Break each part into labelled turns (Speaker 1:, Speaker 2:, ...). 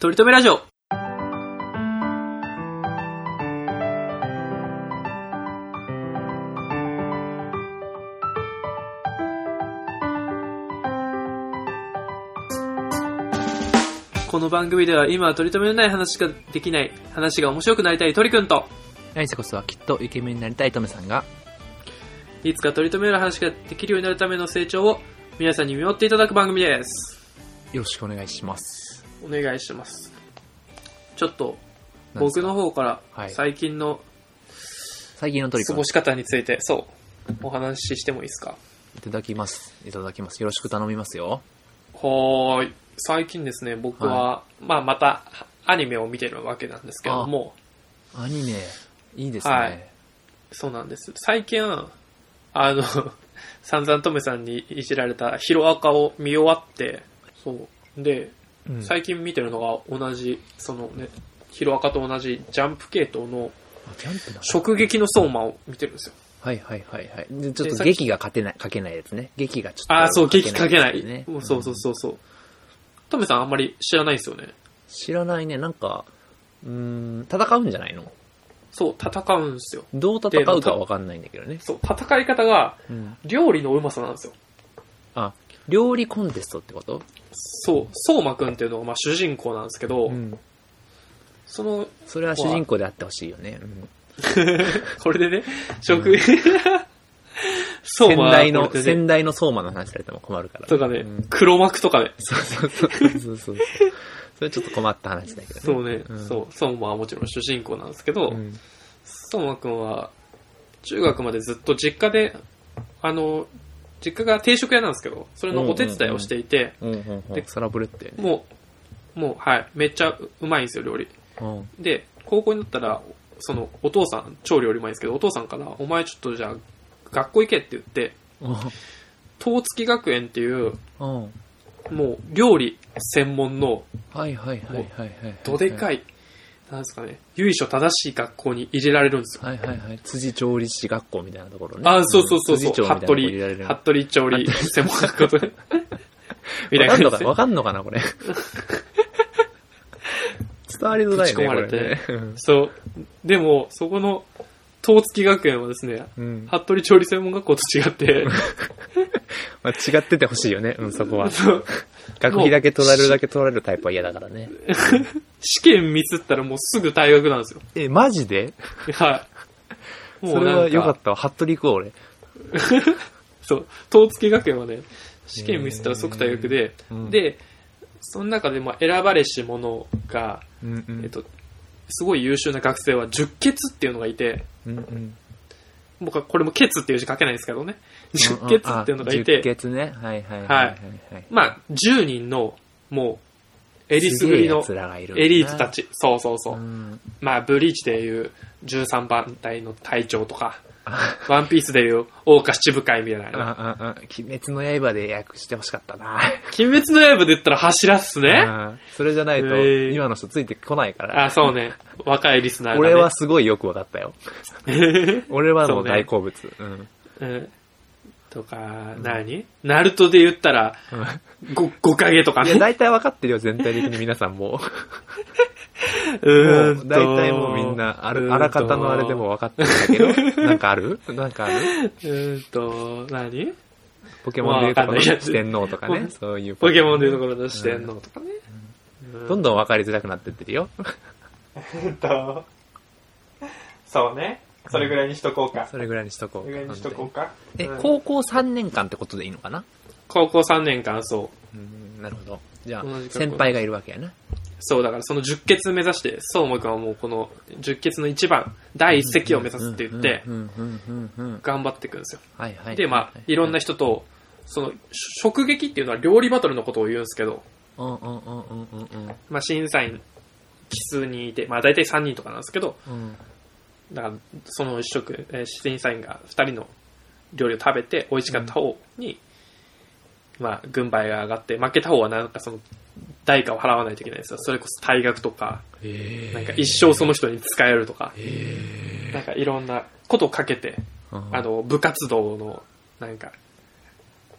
Speaker 1: とりとめラジオこの番組では今は取り留めのない話しかできない話が面白くなりたい鳥くんと
Speaker 2: 来世こそはきっとイケメンになりたいトメさんが
Speaker 1: いつか取り留める話ができるようになるための成長を皆さんに見守っていただく番組です
Speaker 2: よろしくお願いします。
Speaker 1: お願いしますちょっと
Speaker 2: なんです
Speaker 1: 僕
Speaker 2: か
Speaker 1: の方から
Speaker 2: はい
Speaker 1: 最近の
Speaker 2: 最近のトリック
Speaker 1: 過
Speaker 2: をい
Speaker 1: ごし方についてそうお話ししてもいいですか
Speaker 2: ただきます。いただきます。よろしく頼みますよ。
Speaker 1: はーい最近ですね僕は、まあまたアニメを見てるわけなんですけども
Speaker 2: アニメ、いいですね。
Speaker 1: はいそうなんです最近あの 散々トムさんにいじられた「ヒロアカ」を見終わってそうで
Speaker 2: うん
Speaker 1: 最近見てるのが同じそのねヒロアカと同じジャンプ系統の
Speaker 2: あキャンプなの
Speaker 1: 直撃の相馬を見てるんですよ
Speaker 2: はいはいはいはい。でちょ
Speaker 1: で
Speaker 2: っ
Speaker 1: さっき
Speaker 2: と劇が勝てない、書けないやつね。劇がちょっと。
Speaker 1: ああそう劇かけない、
Speaker 2: ね
Speaker 1: もうそうそうそうそうトムさんあんまり知らないんですよね
Speaker 2: 知らないね。なんか、うーん、戦うんじゃないの
Speaker 1: そう戦うんですよ
Speaker 2: どう戦うかわかんないんだけどね。
Speaker 1: そう戦い方が
Speaker 2: うん。
Speaker 1: 料理のうまさなんですよ
Speaker 2: あ、料理コンテストってこと
Speaker 1: そう相馬くんっていうのがまあ主人公なんですけど、
Speaker 2: ん。
Speaker 1: その
Speaker 2: それは主人公であってほしいよね。うん。
Speaker 1: これでね食、 相
Speaker 2: 先
Speaker 1: 馬
Speaker 2: 代
Speaker 1: こ
Speaker 2: の、
Speaker 1: れでね
Speaker 2: 先代の相馬の話されても困るから。
Speaker 1: とかね、
Speaker 2: うん
Speaker 1: 黒幕とかね
Speaker 2: そうそうそうそうそう。 それちょっと困った話だけどね。
Speaker 1: そうね、
Speaker 2: ん
Speaker 1: そう相馬はもちろん主人公なんですけど、
Speaker 2: うん
Speaker 1: 相馬くんは中学までずっと実家であの実家が定食屋なんですけどそれのお手伝いをしていて、
Speaker 2: うんうんうん。
Speaker 1: で
Speaker 2: サラブレって。
Speaker 1: もうもうはいめっちゃううまいんですよ料理
Speaker 2: うん。
Speaker 1: で高校になったらそのお父さん調理よりもいいんですけどお父さんから「お前ちょっとじゃあ学校行け」って言って東月学園っていう
Speaker 2: うん。うん
Speaker 1: もう料理専門の
Speaker 2: はいはいはいはいはい。
Speaker 1: どでか
Speaker 2: い。
Speaker 1: いなんですかね由緒正しい学校に入れられるんですよ
Speaker 2: はいはいはい。辻調理師学校みたいなところね。
Speaker 1: あそうそうそうそ
Speaker 2: ん辻
Speaker 1: う
Speaker 2: 調みたいなとこ
Speaker 1: 服
Speaker 2: 入れられ
Speaker 1: 部
Speaker 2: る。
Speaker 1: 服部調理専門学校 と みたいな
Speaker 2: わかん
Speaker 1: 感じ
Speaker 2: のか
Speaker 1: で
Speaker 2: わかんのかな、これ。 伝わりづらい
Speaker 1: ぶち
Speaker 2: ね、
Speaker 1: 込ま
Speaker 2: こ
Speaker 1: れて
Speaker 2: れね。うん
Speaker 1: そうでもそこの東月学園はですね
Speaker 2: うん。
Speaker 1: 服部調理専門学校と違 って
Speaker 2: まあ違っててほしいよね、うん、そこは。
Speaker 1: そう
Speaker 2: 学費だけ取られるだけ取られるタイプは嫌だからね。
Speaker 1: 試験ミスったらもうすぐ退学なんですよ
Speaker 2: え、マジで
Speaker 1: はい。
Speaker 2: そ
Speaker 1: もう
Speaker 2: れ
Speaker 1: な
Speaker 2: は
Speaker 1: ん
Speaker 2: 良
Speaker 1: か
Speaker 2: かっ、たわ。服部行くわ、俺。
Speaker 1: そう、東付学園はね、試験ミスったら即退学で、
Speaker 2: うん
Speaker 1: で、その中でも選ばれし者が、
Speaker 2: うんうん
Speaker 1: えっと、すごい優秀な学生は十欠っていうのがいて、
Speaker 2: うんうん
Speaker 1: 僕はこれも欠っていう字書けないんですけどね、十欠っていうのがい
Speaker 2: 十
Speaker 1: て、
Speaker 2: 血ね。はいはいはい
Speaker 1: はい
Speaker 2: はい。
Speaker 1: まあ、10人の、もう、えりすぐりの
Speaker 2: すげえ奴らがいるんだな
Speaker 1: エリートた。ち、そうそうそうう。
Speaker 2: ん
Speaker 1: まあ、ブリーチでいう13番隊の隊長とか、
Speaker 2: あ
Speaker 1: ワンピースでいう大岡七部会みたい
Speaker 2: あ、
Speaker 1: な。
Speaker 2: あ、あ、鬼滅の刃で役してほしかったな。
Speaker 1: 鬼滅の刃で言ったら柱っすね。
Speaker 2: うんそれじゃないと、
Speaker 1: えー
Speaker 2: 今の人ついてこないから。
Speaker 1: あ、そう ね。若いリスナーが、ね。
Speaker 2: 俺 はすごいよくわかったよ。俺はも
Speaker 1: そう
Speaker 2: う
Speaker 1: ね
Speaker 2: 大好物。うん
Speaker 1: うん。とか、何ナルトで言ったら、
Speaker 2: うん
Speaker 1: ご、ごかげとか
Speaker 2: いや、
Speaker 1: ね。
Speaker 2: 大体わかってるよ、全体的に皆さんも
Speaker 1: うー
Speaker 2: う。も
Speaker 1: ん
Speaker 2: う
Speaker 1: と
Speaker 2: 大体もうみんな、ある、あらかたのあれでも。わかってるんだ けど、なんかあるなんかある
Speaker 1: うーんと、何
Speaker 2: ポケモンでいうと
Speaker 1: まあわか
Speaker 2: この
Speaker 1: んないやつ
Speaker 2: 四天王とか
Speaker 1: うん
Speaker 2: ね、そういう。
Speaker 1: ポケモンでいうところの視点のとかね。
Speaker 2: どん
Speaker 1: ど
Speaker 2: どん分かりづらくなってってるよ。
Speaker 1: ん。と、そうね。それぐらいにしとこうか。
Speaker 2: それぐらいにしとこう。
Speaker 1: か。
Speaker 2: え、
Speaker 1: うん
Speaker 2: 高校3年間ってことでいいのかな
Speaker 1: 高校3年間、そう。
Speaker 2: うん、なるほど。じゃあ
Speaker 1: 同じ、学校
Speaker 2: 先輩がいるわけやな。
Speaker 1: そう、だからその10決目指して、そうもくんはもうこの10決の一番、第一席を目指すって言って
Speaker 2: う、んうんうんうんうん。
Speaker 1: 頑張っていくんですよ。
Speaker 2: はいはい。
Speaker 1: で、まあ、いろんな人と、その、食撃っていうのは料理バトルのことを言うんですけど、
Speaker 2: うんうんうんうんうんうん
Speaker 1: まあ、審査員、奇数人いて、まあ、大体3人とかなんですけど、
Speaker 2: うん。
Speaker 1: だから、その一食、えー審査員が2人の料理を食べて、美味しかった方に、まあ、軍配が上がって、負けた方はなんかその、代価を払わないといけないんですよ。それこそ退学とか、
Speaker 2: え
Speaker 1: なんか一生その人に使えるとか、なんかいろんなことをかけて、あの、部活動の、なんか、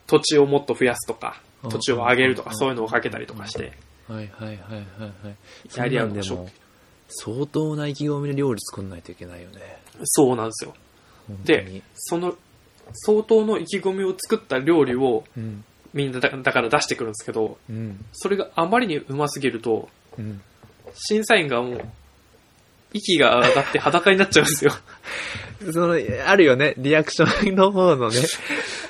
Speaker 1: 土地をもっと増やすとか
Speaker 2: う、ん
Speaker 1: 土地を上げるとか、
Speaker 2: うん
Speaker 1: そういうのをかけたりとかして、
Speaker 2: はいはいはいはいはい。
Speaker 1: イタリアン
Speaker 2: そんなんでも、相当な意気込みで料理作んないといけないよね。
Speaker 1: そうなんですよ。
Speaker 2: 本当に
Speaker 1: で、その、相当の意気込みを作った料理を
Speaker 2: うん、
Speaker 1: みんなだだから出してくるんですけど、
Speaker 2: うん、
Speaker 1: それがあまりにうますぎると、
Speaker 2: うん。
Speaker 1: 審査員がもう、息が上がって裸になっちゃうんですよ。
Speaker 2: その、あるよね。リアクションの方 のね、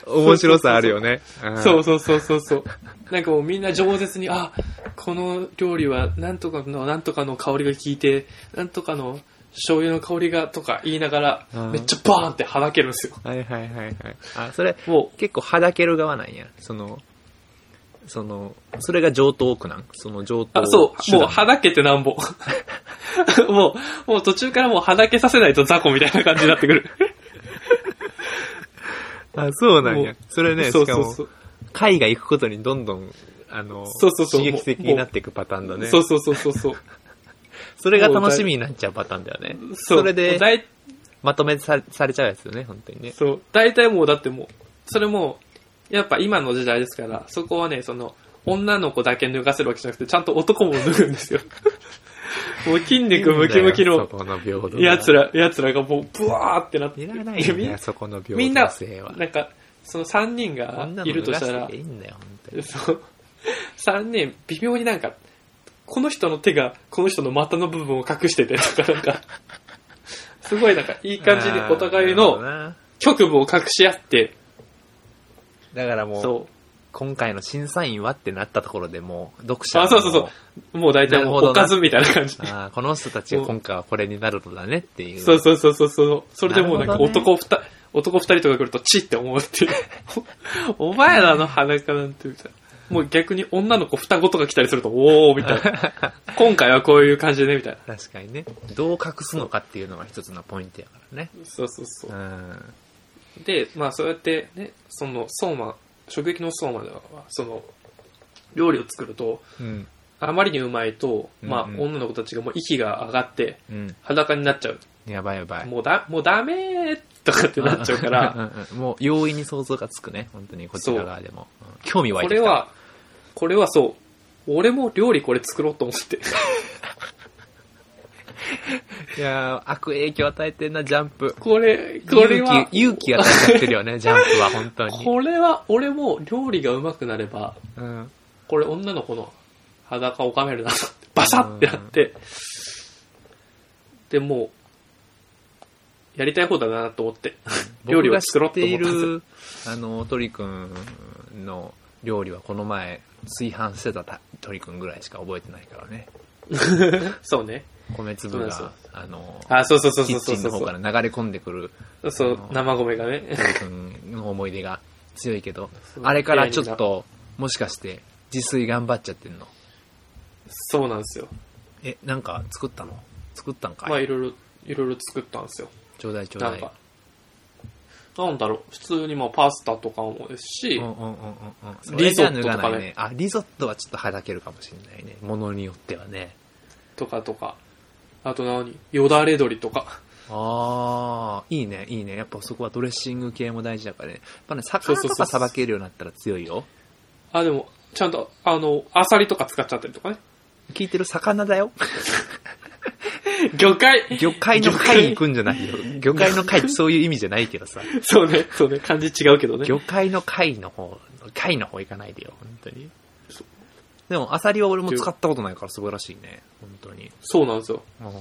Speaker 2: 面白さあるよね。。
Speaker 1: そううんそうそうそうそう。なんかもうみんな饒舌に、あ、この料理はなんとかのなんとかの香りが効いて、なんとかの醤油の香りがとか言いながら
Speaker 2: う、ん
Speaker 1: めっちゃバーンってはだけるんですよ。
Speaker 2: はいはいはいはい。あ、それ、
Speaker 1: も
Speaker 2: 結構はだける側なんや。その、その、それが上等句なんその上
Speaker 1: う、
Speaker 2: 等
Speaker 1: あ、そう、もう
Speaker 2: は、
Speaker 1: はだけてなんぼ。 もう、もう途中からもうはだけさせないと雑魚みたいな感じになってくる。
Speaker 2: あ、そうなん
Speaker 1: もう
Speaker 2: や。それね、
Speaker 1: そう
Speaker 2: し
Speaker 1: そ
Speaker 2: か
Speaker 1: う
Speaker 2: も
Speaker 1: そ、う。
Speaker 2: 海外行くことにどんどん、あの、
Speaker 1: そうそうそう
Speaker 2: 刺激的になっていくパターンだね。
Speaker 1: そうそうそうそうそう。
Speaker 2: それが楽しみになっちゃうパターンだよね。
Speaker 1: そう
Speaker 2: それで、
Speaker 1: だい
Speaker 2: まとめさされちゃうやつよね、本当にね。
Speaker 1: そう。大体もう、だってもう、それも、やっぱ今の時代ですから、そこはね、その、女の子だけ脱がせるわけじゃなくて、ちゃんと男も脱ぐんです よ。もう筋 肉ムキムキ
Speaker 2: そ
Speaker 1: の
Speaker 2: この平等
Speaker 1: 奴ら、奴らがもう、ブワーってなって。
Speaker 2: いらないんだ
Speaker 1: みん
Speaker 2: よ、
Speaker 1: な
Speaker 2: そこの平
Speaker 1: みんな
Speaker 2: 等性は。、
Speaker 1: なんか、その3人が
Speaker 2: 女の
Speaker 1: いる
Speaker 2: 子
Speaker 1: と
Speaker 2: が
Speaker 1: した
Speaker 2: し
Speaker 1: ら
Speaker 2: てい、いんだよ、本当に。
Speaker 1: そう。3人、微妙になんか、この人の手が、この人の股の部分を隠してて、とかなんか、すごいなんか、いい
Speaker 2: い
Speaker 1: 感じでお互いの
Speaker 2: だ
Speaker 1: 局部を隠し合って、
Speaker 2: からもう、
Speaker 1: そう。
Speaker 2: 今回の審査員はってなったところでもう、読者
Speaker 1: あそうそうそうもう大体もう
Speaker 2: なるほ
Speaker 1: お
Speaker 2: どな
Speaker 1: かずみたいな感じ。
Speaker 2: あーこの人たちが今回はこれになるのだねっていう。
Speaker 1: そうそうそうそうそう。それでもうなんか
Speaker 2: なるほどね
Speaker 1: 男二、男二人とか来るとチって思うっていう。 おお前らの裸なんてみたいな。もう逆に女の子双子とか来たりすると、おーみたいな。 今回はこういう感じでね、みたいな。
Speaker 2: 確かにね。どう隠すのかっていうのが一つのポイントやからね。
Speaker 1: そうそうそうう。
Speaker 2: ん。
Speaker 1: で、まあそうやってね、その、相馬、食撃の相馬では、その、料理を作ると、
Speaker 2: うん。
Speaker 1: あまりにうまいと、まあ
Speaker 2: うんうん
Speaker 1: 女の子たちがもう息が上がって、
Speaker 2: うん。
Speaker 1: 裸になっちゃう。
Speaker 2: やばいやばい。
Speaker 1: もうだ、もうダメーとかってなっちゃうから、
Speaker 2: うんうんもう容易に想像がつくね、本当に、こちら側でも。うん 興味湧い
Speaker 1: こ
Speaker 2: て
Speaker 1: れ
Speaker 2: きた。
Speaker 1: は、これはそう、俺も料理これ作ろうと思って。
Speaker 2: いやー悪影響与えてんな、ジャンプ。
Speaker 1: これ、これは
Speaker 2: 勇、気、勇気与えちゃってるよね、ジャンプは、本当に。
Speaker 1: これは俺も料理が上手くなれば、
Speaker 2: うん。
Speaker 1: これ女の子の裸をかめるなと思 って、バサッってなって、で、もう、やりたい方だなと思って、料理を作ろうと思ったん
Speaker 2: 僕
Speaker 1: で
Speaker 2: が
Speaker 1: すよ
Speaker 2: 知っている、あの、鳥くんの料理はこの前、炊飯してたた鳥くんぐらいしか覚えてないからね。
Speaker 1: そうね。
Speaker 2: 米粒
Speaker 1: そうなん
Speaker 2: が
Speaker 1: で、
Speaker 2: あの、
Speaker 1: あ、そうそうそう
Speaker 2: キ
Speaker 1: そう
Speaker 2: ッ
Speaker 1: そ
Speaker 2: チ
Speaker 1: う
Speaker 2: ン
Speaker 1: そ
Speaker 2: の
Speaker 1: う
Speaker 2: 方から流れ込んでくる
Speaker 1: そう、生米がね。
Speaker 2: 鳥くんの思い出が強いけ ど
Speaker 1: そ、う
Speaker 2: あれか らちょっと、もしかして、自炊頑張っちゃってんの
Speaker 1: そうなんですよ。
Speaker 2: え、なんか作ったの作ったんかい、
Speaker 1: まあいろいろ、いろいろ作ったんですよ。
Speaker 2: ちょうだいちょう
Speaker 1: な
Speaker 2: だ
Speaker 1: ん
Speaker 2: い。
Speaker 1: か、なんだろう、普通にまあパスタとかもですし、
Speaker 2: うんうんうんうんうん。
Speaker 1: リゾットとかね
Speaker 2: それじゃ脱がないあ、リゾットはちょっとはだけるかもしれないね。ものによってはね。
Speaker 1: とかとか、あと何よだれ鶏とか。
Speaker 2: ああ、いいね、いいね。やっぱそこはドレッシング系も大事だからね。やっぱね、魚
Speaker 1: そう
Speaker 2: と
Speaker 1: そうそう
Speaker 2: かさばけるようになったら強いよ。
Speaker 1: あ、でも、ちゃんと、あの、アサリとか使っちゃったりと かね。
Speaker 2: 聞いてる魚だよ。
Speaker 1: 魚介
Speaker 2: 魚介の
Speaker 1: 魚
Speaker 2: 貝に行くんじゃないよ。魚介の貝ってそういう意味じゃないけど さ。
Speaker 1: そうね、そうね、感じ違うけどね。
Speaker 2: 魚介の貝の方、貝の方行かないでよ、本当に。でも、アサリは俺も使ったことないから素晴らしいね。本当に。
Speaker 1: そうなんですよ。
Speaker 2: うん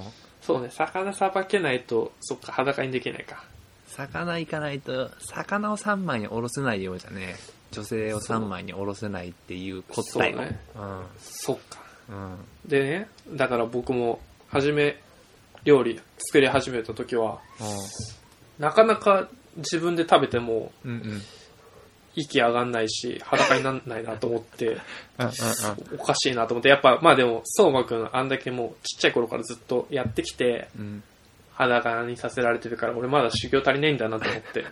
Speaker 1: そうね、魚さばけないと、そっか、裸にできないか。
Speaker 2: 魚行かないと、魚を3枚におろせないようじゃね、女性を3枚におろせないっていうこ
Speaker 1: そ
Speaker 2: と
Speaker 1: う
Speaker 2: だよ。
Speaker 1: ね。
Speaker 2: うん。
Speaker 1: そっか。
Speaker 2: うん。
Speaker 1: でね、だから僕も、初め、料理作り始めた時は、なかなか自分で食べても、
Speaker 2: うんうん。
Speaker 1: 息上がんないし、裸になんないなと思って、
Speaker 2: あああ
Speaker 1: おかしいなと思って、やっぱ、まあでも、相馬くんあんだけもうちっちゃい頃からずっとやってきて、
Speaker 2: うん。
Speaker 1: 裸にさせられてるから、俺まだ修行足りないんだなと思って、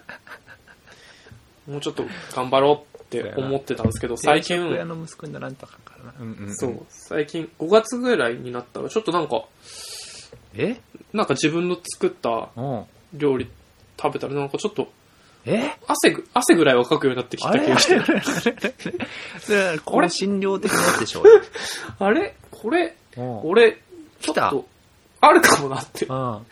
Speaker 1: もうちょっと頑張ろうって思ってたんですけど、最近、
Speaker 2: 定食屋の息子にならんとあかんからな。うんうんん
Speaker 1: そう、。最近5月ぐらいになったら、ちょっとなんか、
Speaker 2: え
Speaker 1: なんか自分の作った
Speaker 2: うん。
Speaker 1: 料理食べたらなんかちょっと、
Speaker 2: え
Speaker 1: 汗ぐ、汗ぐらいはかくようになってき
Speaker 2: あ
Speaker 1: た
Speaker 2: れ
Speaker 1: 気がして。
Speaker 2: あれ それこれ診療的なやつでしょ
Speaker 1: あれこれ、
Speaker 2: う
Speaker 1: 俺、ちょ
Speaker 2: 来
Speaker 1: ったと、あるかもなって。だ
Speaker 2: ん。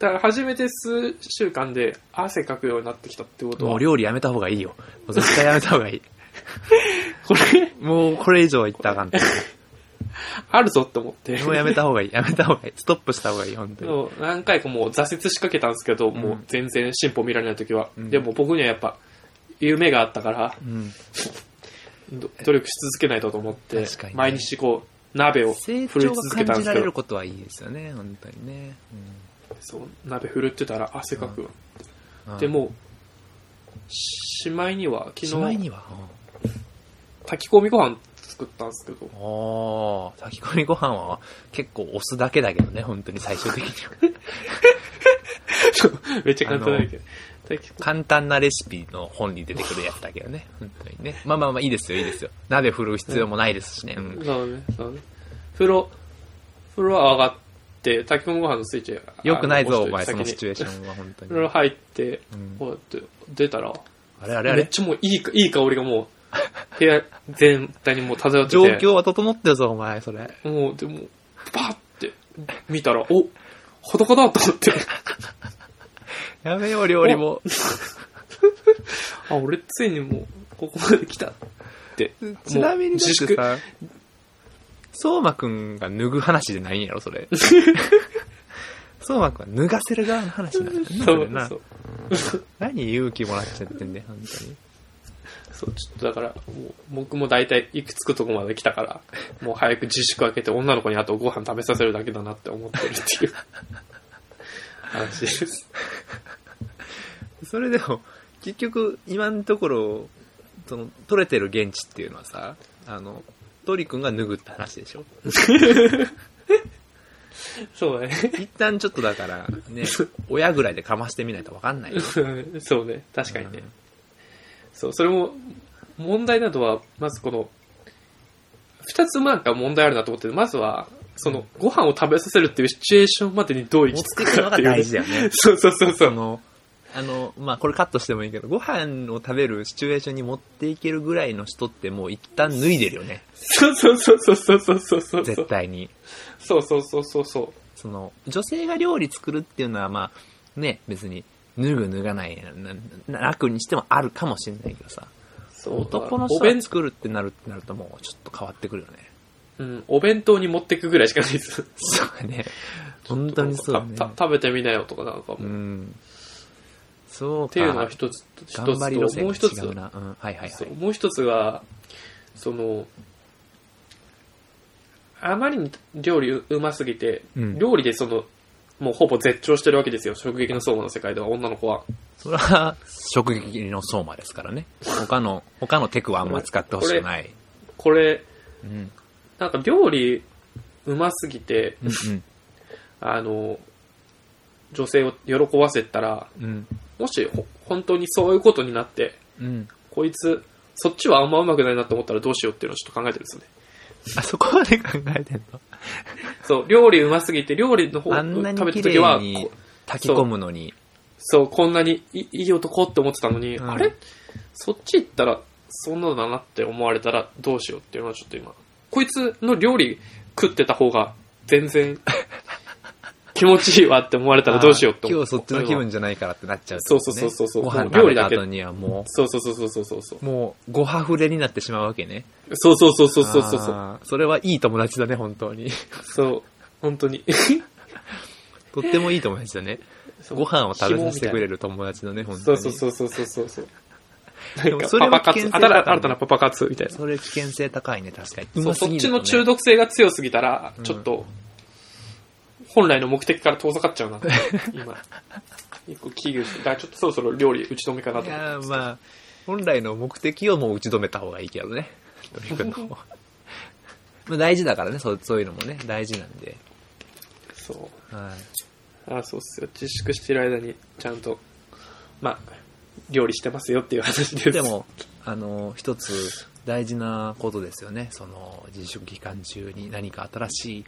Speaker 1: から初めて数週間で汗かくようになってきたってこと
Speaker 2: もう
Speaker 1: は、
Speaker 2: 料理やめた方がいいよ。もう絶対やめた方がいい。
Speaker 1: これ、
Speaker 2: もうこれ以上は言ったらあかんと。
Speaker 1: あるぞって思って。
Speaker 2: もうやめた方がいい。やめた方がいい。ストップした方がいい、本当に。
Speaker 1: そう何回かもう挫折しかけたんですけど、もう全然進歩見られない時は、
Speaker 2: うん
Speaker 1: でも僕にはやっぱ夢があったから
Speaker 2: うん。
Speaker 1: ど努力し続けないとと思って、
Speaker 2: 確かにね
Speaker 1: 毎日こう鍋を振
Speaker 2: 成
Speaker 1: り
Speaker 2: 長
Speaker 1: 続けた
Speaker 2: が
Speaker 1: ん
Speaker 2: 感
Speaker 1: で
Speaker 2: じ
Speaker 1: す
Speaker 2: ら
Speaker 1: け
Speaker 2: れる
Speaker 1: ど
Speaker 2: ことはいいですよね、本当にね。
Speaker 1: そう鍋振るってたら汗かくわ、
Speaker 2: うん
Speaker 1: で、もししまいには
Speaker 2: しま
Speaker 1: 昨
Speaker 2: い
Speaker 1: 日
Speaker 2: には、
Speaker 1: 炊き込みご飯作ったんですけ ど
Speaker 2: ああ、炊き込みご飯は結構押すだけだけどね、本当に最終的には。
Speaker 1: めっちゃ簡単だけど炊き込
Speaker 2: 簡単なレシピの本に出てくるやつだけどね、本当にね。まあまあまあ、いいですよ、いいですよ。鍋振る必要もないですしね。うん
Speaker 1: みそうねそうね風呂風呂上がって炊き込みご飯のスイッチ
Speaker 2: よくない
Speaker 1: あ
Speaker 2: ぞ、
Speaker 1: の
Speaker 2: お前、そ
Speaker 1: 先
Speaker 2: の
Speaker 1: に
Speaker 2: シチュエーションは、本当
Speaker 1: 風呂
Speaker 2: に。
Speaker 1: 入って
Speaker 2: うん
Speaker 1: こうやって出たら
Speaker 2: あれあれあ
Speaker 1: めっ
Speaker 2: れ
Speaker 1: ちゃもういいかいい香りがもう部屋全体にもう漂って
Speaker 2: 状
Speaker 1: て
Speaker 2: 況は整ってるぞ、お前、それ。
Speaker 1: もうでもバーって見たらお裸だと思って
Speaker 2: やめよう、料理も。
Speaker 1: あ俺ついにもうここまで来たって
Speaker 2: ちなみに
Speaker 1: もう
Speaker 2: だ
Speaker 1: 自
Speaker 2: っ
Speaker 1: 粛
Speaker 2: てさ、相馬くんが脱ぐ話じゃないんやろ、それ。相馬くんは脱がせる側の話なんだよね
Speaker 1: そ
Speaker 2: それ
Speaker 1: う
Speaker 2: な
Speaker 1: そう。
Speaker 2: 何勇気もらっちゃってんね、本当に。
Speaker 1: そうちょっとだからもう僕も大体いくつくとこまで来たから もう早く自粛開けて女の子にあとご飯食べさせるだけだなって思ってるって いう話です
Speaker 2: それでも、結局、今のところ、その、取れてる現地っていうのはさ、あの、トリくんが脱ぐって話でしょ
Speaker 1: そうだね
Speaker 2: 一旦ちょっとだから、ね、親ぐらいでかましてみないとわかんないよ。
Speaker 1: うん そうね、確かにね。そう、それも、問題などは、まずこの、二つなんか問題あるなと思ってて、まずは、その、ご飯を食べさせるっていうシチュエーションまでにどう行
Speaker 2: 持っ
Speaker 1: き
Speaker 2: て
Speaker 1: 着
Speaker 2: く
Speaker 1: くか
Speaker 2: の
Speaker 1: っ
Speaker 2: が
Speaker 1: ていう、
Speaker 2: 大事だよね。
Speaker 1: そうそうそうそ。
Speaker 2: そうの、あの、まあ、これカットしてもいいけど、ご飯を食べるシチュエーションに持っていけるぐらいの人ってもう一旦脱いでるよね。
Speaker 1: そうそうそうそうそうそうそうそう。
Speaker 2: 絶対に。
Speaker 1: そうそうそうそうそう。
Speaker 2: その、女性が料理作るっていうのは、まあ、ね、別に、脱ぐ脱がない、なな楽にしてもあるかもしれないけどさ。
Speaker 1: そう
Speaker 2: 男の
Speaker 1: お
Speaker 2: 人
Speaker 1: 弁
Speaker 2: が、作るってなるってなるともうちょっと変わってくるよね。
Speaker 1: うん、お弁当に持ってくぐらいしかないです。
Speaker 2: そうだね。本当にそうだ ね
Speaker 1: た。た食べてみなよとかなんかもう、
Speaker 2: う
Speaker 1: っ
Speaker 2: ん。そうか。
Speaker 1: ていうのが一つ、一つと、
Speaker 2: 頑張り路線
Speaker 1: もう一つ
Speaker 2: が違うな。うん。はいはいは
Speaker 1: そう
Speaker 2: い。
Speaker 1: もう一つがそのあまりに料理ううますぎて、
Speaker 2: うん
Speaker 1: 料理でそのもうほぼ絶頂してるわけですよ食撃の相馬の世界では女の子は
Speaker 2: それは、食撃の相馬ですからね。他の、他のテクはあんま使ってほしくない。
Speaker 1: これ
Speaker 2: うん。
Speaker 1: なんか料理うますぎて
Speaker 2: うんうん。
Speaker 1: あの女性を喜ばせたら
Speaker 2: うん。
Speaker 1: もしほ本当にそういうことになって
Speaker 2: うん。
Speaker 1: こいつそっちはあんまうまくないなと思ったらどうしようっていうのをちょっと考えてるんですよね
Speaker 2: あそこまで考えてんの
Speaker 1: そう料理うますぎて料理の方を
Speaker 2: あんな
Speaker 1: 食
Speaker 2: に
Speaker 1: べ
Speaker 2: 綺
Speaker 1: た時は
Speaker 2: 麗に
Speaker 1: こ
Speaker 2: 炊き込むのに。
Speaker 1: そう、こんなにいいい男って思ってたのに、
Speaker 2: うん
Speaker 1: あれそっち行ったら、そんなのだなって思われたらどうしようっていうのはちょっと今、こいつの料理食ってた方が全 然気持ちいいわって思われたらどうしようって
Speaker 2: あ
Speaker 1: 思
Speaker 2: ー今
Speaker 1: う。
Speaker 2: 日そっちの気分じゃないからってなっちゃうってことね、
Speaker 1: そうそうそうそう
Speaker 2: ご飯
Speaker 1: 料
Speaker 2: 食べ
Speaker 1: 理
Speaker 2: た
Speaker 1: だけ
Speaker 2: 後にはも
Speaker 1: そうそうそうそうそうそうそう
Speaker 2: う、。もう、ごはふれになってしまうわけね。
Speaker 1: そうそうそうそうそうそうそう。
Speaker 2: あーそれはいい友達だね、本当に。
Speaker 1: そう、本当に。
Speaker 2: とってもいい友達だね。
Speaker 1: そう
Speaker 2: ご飯を食べさせてくれる友達だね、本
Speaker 1: そ
Speaker 2: 当
Speaker 1: う
Speaker 2: に。
Speaker 1: そうそうそうそうそうそう。な
Speaker 2: で
Speaker 1: ん
Speaker 2: も
Speaker 1: か
Speaker 2: それは
Speaker 1: パパ活
Speaker 2: 危険性
Speaker 1: 新
Speaker 2: だからね
Speaker 1: た新たなパパ活みたいな。
Speaker 2: それ危険性高いね、確かに。
Speaker 1: そう
Speaker 2: ま
Speaker 1: そ
Speaker 2: す
Speaker 1: っ
Speaker 2: ぎ
Speaker 1: ち
Speaker 2: る
Speaker 1: の
Speaker 2: よね
Speaker 1: 中毒性が強すぎたら、
Speaker 2: うん
Speaker 1: ちょっと、本来の目的から遠ざかっちゃう な、今。一個危惧する。だからちょっとそろそろ料理打ち止めかなと
Speaker 2: い
Speaker 1: 思って
Speaker 2: やーまあ、本来の目的をもう打ち止めた方がいいけどね。とにかくのまあ大事だからねそう、そういうのもね、大事なんで。
Speaker 1: そう。
Speaker 2: は
Speaker 1: あそうっすよ。自粛してる間に、ちゃんと、まあ、料理してますよっていう話で
Speaker 2: い。
Speaker 1: す。
Speaker 2: で、も、あの、一つ大事なことですよね。その、自粛期間中に何か新しい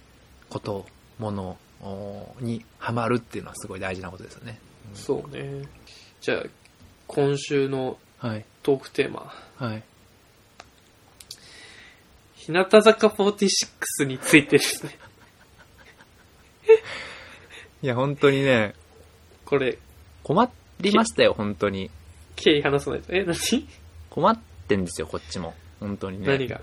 Speaker 2: こと、ものおにハマるっていうのはすごい大事なことですよね。
Speaker 1: そうね。じゃあ、今週の
Speaker 3: はい。
Speaker 1: トークテーマ、
Speaker 3: はい。
Speaker 1: 日向坂46についてですね。
Speaker 2: いや、本当にね、
Speaker 1: これ、
Speaker 2: 困りましたよ、本当に。
Speaker 1: 経緯話さないと。え、何、
Speaker 2: 困ってんですよ、こっちも。本当にね。
Speaker 1: 何が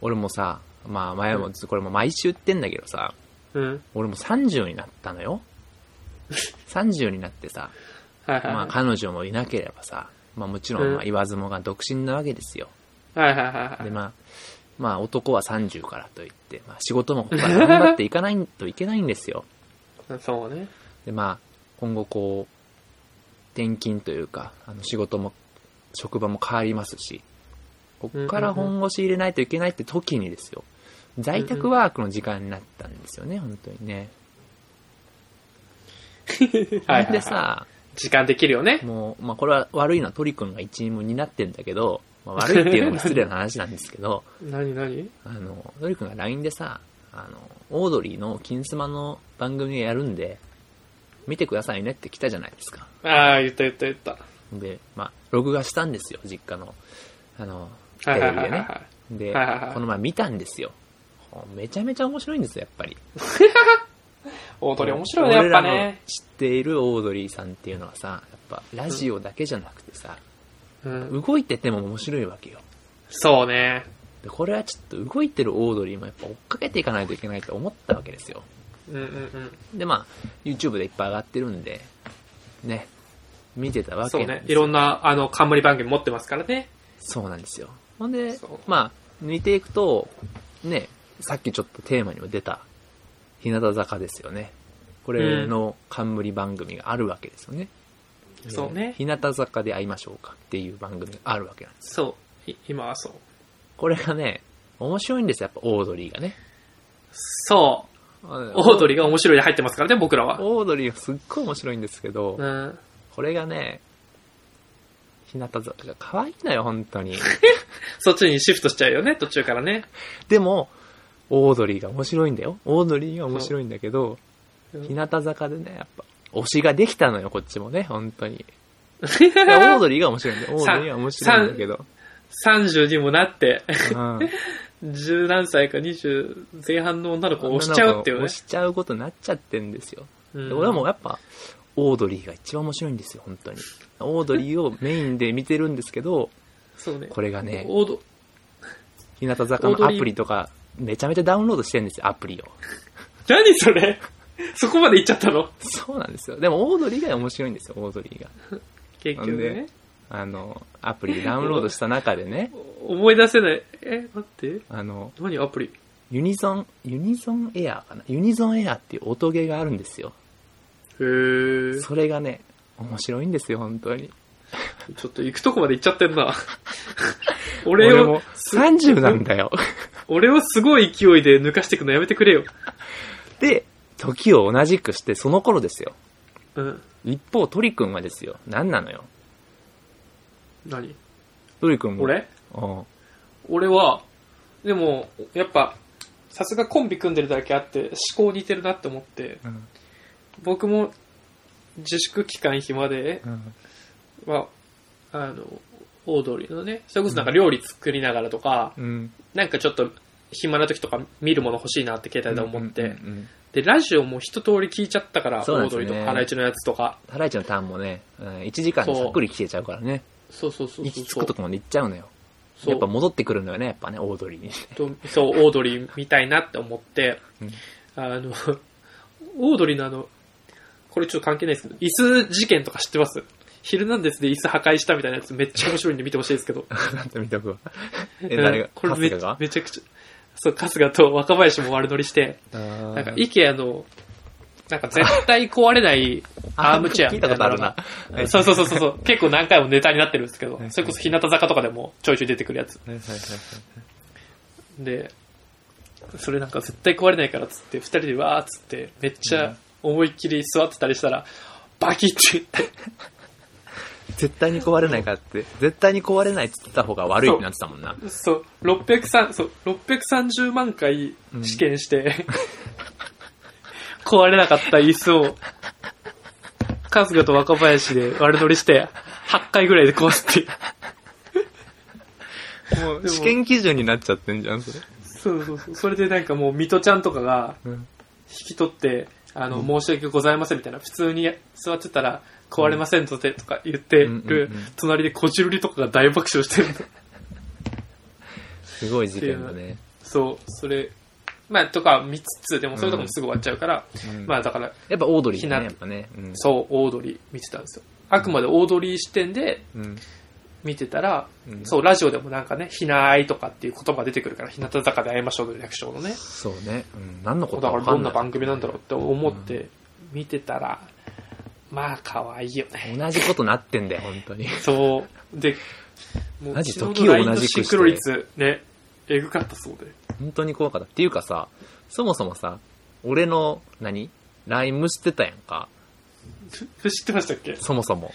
Speaker 2: 俺もさ、まあ前も、これも毎週言ってんだけどさ、
Speaker 1: うん。
Speaker 2: 俺も30になったのよ。30になってさ、
Speaker 1: はいはい
Speaker 2: ま
Speaker 1: は
Speaker 2: あ
Speaker 1: い。
Speaker 2: 彼女もいなければさ、まあもちろ
Speaker 1: うん
Speaker 2: んまあ言わずもが独身なわけですよ。
Speaker 1: はいはいはいは
Speaker 2: で
Speaker 1: い。
Speaker 2: まあ、まあ男は30からといって、まあ仕事もここから頑張っていかないといけないんですよ。
Speaker 1: そうね。
Speaker 2: でまあ今後こう、転勤というか、あの仕事も、職場も変わりますし、こっから本腰入れないといけないって時にですよ、在宅ワークの時間になったんですよね、本当にね。
Speaker 1: はいはい、はい。
Speaker 2: で、さ、
Speaker 1: 時間できるよね。
Speaker 2: もう、まあ、これは悪いのはトリ君が一員も担ってんだけど、まあ、悪いっていうのも失礼な話なんですけど、
Speaker 1: 何何
Speaker 2: あの、トリ君が LINE でさ、あの、オードリーの金スマの番組をやるんで、見てくださいねって来たじゃないですか。
Speaker 1: ああ、言った言った言った。
Speaker 2: で、まあ、録画したんですよ、実家の、あの、テ
Speaker 1: はいは
Speaker 2: レ
Speaker 1: いは
Speaker 2: ビで
Speaker 1: いはい
Speaker 2: ね。。で
Speaker 1: はいはいはい、
Speaker 2: この前見たんですよ。めちゃめちゃ面白いんですよ、やっぱり。
Speaker 1: 大鳥面白いね、やっぱ
Speaker 2: 俺らの
Speaker 1: ね。
Speaker 2: 知っているオードリーさんっていうのはさ、やっぱ、ラジオだけじゃなくてさ、
Speaker 1: うん。
Speaker 2: 動いてても面白いわけよ。
Speaker 1: そうね。
Speaker 2: で、これはちょっと動いてるオードリーもやっぱ追っかけていかないといけないと思ったわけですよ。
Speaker 1: うんうんうん。
Speaker 2: で、まあ、YouTube でいっぱい上がってるんで、ね、見てたわ
Speaker 1: そう
Speaker 2: けなん
Speaker 1: ね
Speaker 2: で。す
Speaker 1: い
Speaker 2: よ。
Speaker 1: ろんな、あの、冠番組持ってますからね。
Speaker 2: そうなんですよ。ほんで
Speaker 1: そう、
Speaker 2: まあ、抜いていくと、ね、さっきちょっとテーマにも出た、日向坂ですよね。これの冠番組があるわけですよね。
Speaker 1: んそうね
Speaker 2: 日向坂で会いましょうかっていう番組があるわけなんです。
Speaker 1: そう。い今はそう。
Speaker 2: これがね、面白いんですよ、やっぱオードリーがね。
Speaker 1: そう。オードリーが面白いで入ってますからね、僕らは。
Speaker 2: オードリーがすっごい面白いんですけど、
Speaker 1: うん。
Speaker 2: これがね、日向坂が可愛いのよ、本当に。
Speaker 1: そっちにシフトしちゃうよね、途中からね。
Speaker 2: でも、オードリーが面白いんだよ。オードリーが面白いんだけど、
Speaker 1: う
Speaker 2: 日
Speaker 1: ん
Speaker 2: 向坂でね、やっぱ、推しができたのよ、こっちもね、本 当に。オードリーが面白いんだよ。オードリーが面白いんだけど。
Speaker 1: 30にもなって、
Speaker 2: うん
Speaker 1: 十何歳か20前半の女の子を押しちゃうっていうね
Speaker 2: 押。しちゃうことになっちゃってんですよ。
Speaker 1: うん
Speaker 2: で俺はもうやっぱ、オードリーが一番面白いんですよ、本当に。オードリーをメインで見てるんですけど、
Speaker 1: そうね。
Speaker 2: これがね、
Speaker 1: オード、
Speaker 2: 日向坂のアプリとか、めちゃめちゃダウンロードしてるんですよ、アプリを。
Speaker 1: 何それ そこまで行っちゃったの
Speaker 2: そうなんですよ。でも、オードリーが面白いんですよ、オードリーが。
Speaker 1: 結局
Speaker 2: なん
Speaker 1: ね。
Speaker 2: あの、アプリでダウンロードした中でね、
Speaker 1: 思い出せない。え、待って。
Speaker 2: あの、
Speaker 1: 何アプリ
Speaker 2: ユニゾン、ユニゾンエアーかなユニゾンエアーっていう音ゲーがあるんですよ。
Speaker 1: へー。
Speaker 2: それがね、面白いんですよ、本当に。
Speaker 1: ちょっと行くとこまで行っちゃってん な。俺
Speaker 2: 俺
Speaker 1: を
Speaker 2: も、30なんだよ。
Speaker 1: 俺をすごい勢いで抜かしていくのやめてくれよ。
Speaker 2: で、時を同じくして、その頃ですよ。
Speaker 1: うん。
Speaker 2: 一方、トリ君はですよ、何なのよ。
Speaker 1: 何
Speaker 2: トリ君も。
Speaker 1: 俺
Speaker 2: うん。
Speaker 1: 俺は、でも、やっぱ、さすがコンビ組んでるだけあって、思考似てるなって思って、
Speaker 2: うん。
Speaker 1: 僕も自粛期間暇で
Speaker 2: うん。
Speaker 1: は、あの、オードリーのね、それこそなんか料理作りながらとか、
Speaker 2: うん。
Speaker 1: なんかちょっと暇な時とか見るもの欲しいなって携帯で思って、
Speaker 2: うんうんうん
Speaker 1: で、ラジオも一通り聞いちゃったから、
Speaker 2: そうな
Speaker 1: オ
Speaker 2: ん
Speaker 1: ー
Speaker 2: です
Speaker 1: ド
Speaker 2: ね
Speaker 1: リーとかハライチのやつとか、
Speaker 2: ハライチのターンもね、1時間でさっくり消えちゃうからね。
Speaker 1: そうそうそう
Speaker 2: 行
Speaker 1: そう
Speaker 2: き着くとこまで行っちゃうのよ。
Speaker 1: そう
Speaker 2: やっぱ戻ってくるのよね、やっぱね、オードリーに。
Speaker 1: とそう、オードリーみたいなって思って、
Speaker 2: うん
Speaker 1: あの、オードリーのあの、これちょっと関係ないですけど、椅子事件とか知ってますヒルナンデスで椅子破壊したみたいなやつめっちゃ面白いんで見てほしいですけど。
Speaker 2: なんて見と くわ。え、誰が
Speaker 1: うんこれめ
Speaker 2: 春日が
Speaker 1: めちゃくちゃ、そう、春日と若林も悪乗りして、
Speaker 2: な
Speaker 1: なんか IKEA の、なんか絶対壊れ ないアームチェアみたいなのが。
Speaker 2: 聞いたことあるなはい
Speaker 1: そうそうそうそう。結構何回もネタになってるんですけど
Speaker 2: いは、い
Speaker 1: それこそ日向坂とかでもちょいちょい出てくるやつ。
Speaker 2: はいはいはい。
Speaker 1: で、それなんか絶対壊れないからっつって、二人でわーっつって、めっちゃ思いっきり座ってたりしたら、バキって言って、
Speaker 2: 絶対に壊れないからって、絶対に壊れないって言ってた方が悪いってなってたもんな。
Speaker 1: そう、630そう630万回試験して、 壊れなかった椅子を、春日と若林で悪乗りして、 8回ぐらいで壊すっていう。もうでも
Speaker 2: 試験基準になっちゃってんじゃん、それ。
Speaker 1: そうそうそう。それでなんかもう、水戸ちゃんとかが
Speaker 2: うん。
Speaker 1: 引き取って、あの、申し訳ございませんみたいな、普通に座ってたら壊れませんとてとか言って
Speaker 2: うんうん
Speaker 1: る
Speaker 2: うんうん、
Speaker 1: 隣でこじるりとかが大爆笑してるんだ。
Speaker 2: すごい事件だね。
Speaker 1: そう、それ、まあ、とか見つつ、でもそういうとこもすぐ終わっちゃうから、
Speaker 2: うん
Speaker 1: まあだから、
Speaker 2: やっぱオードリーだ
Speaker 1: ひな
Speaker 2: ね、やっぱね。うん。
Speaker 1: そう、オードリー見てたんですよ。あくまでオードリー視点で
Speaker 2: うん。
Speaker 1: 見てたら、
Speaker 2: うん
Speaker 1: そう、ラジオでもなんかね、ひなあいとかっていう言葉が出てくるから、日向坂で会いましょうの略称のね。
Speaker 2: そうね。うん。何のこ
Speaker 1: だか
Speaker 2: と
Speaker 1: らどんな
Speaker 2: わか
Speaker 1: 番組なんだろうって思って見てたら、まあ可愛いよね。
Speaker 2: 同じことなってんだよ、本当に。
Speaker 1: そう。で、も
Speaker 2: マジ
Speaker 1: 昨日
Speaker 2: 時
Speaker 1: の
Speaker 2: を
Speaker 1: LINE の
Speaker 2: 同じくして
Speaker 1: シンクロ率ね、えぐかったそうで。
Speaker 2: 本当に怖かった。っていうかさ、そもそもさ、俺の、何 ?LINE 無視ってたやんか。
Speaker 1: ふ知ってましたっけ
Speaker 2: そもそも。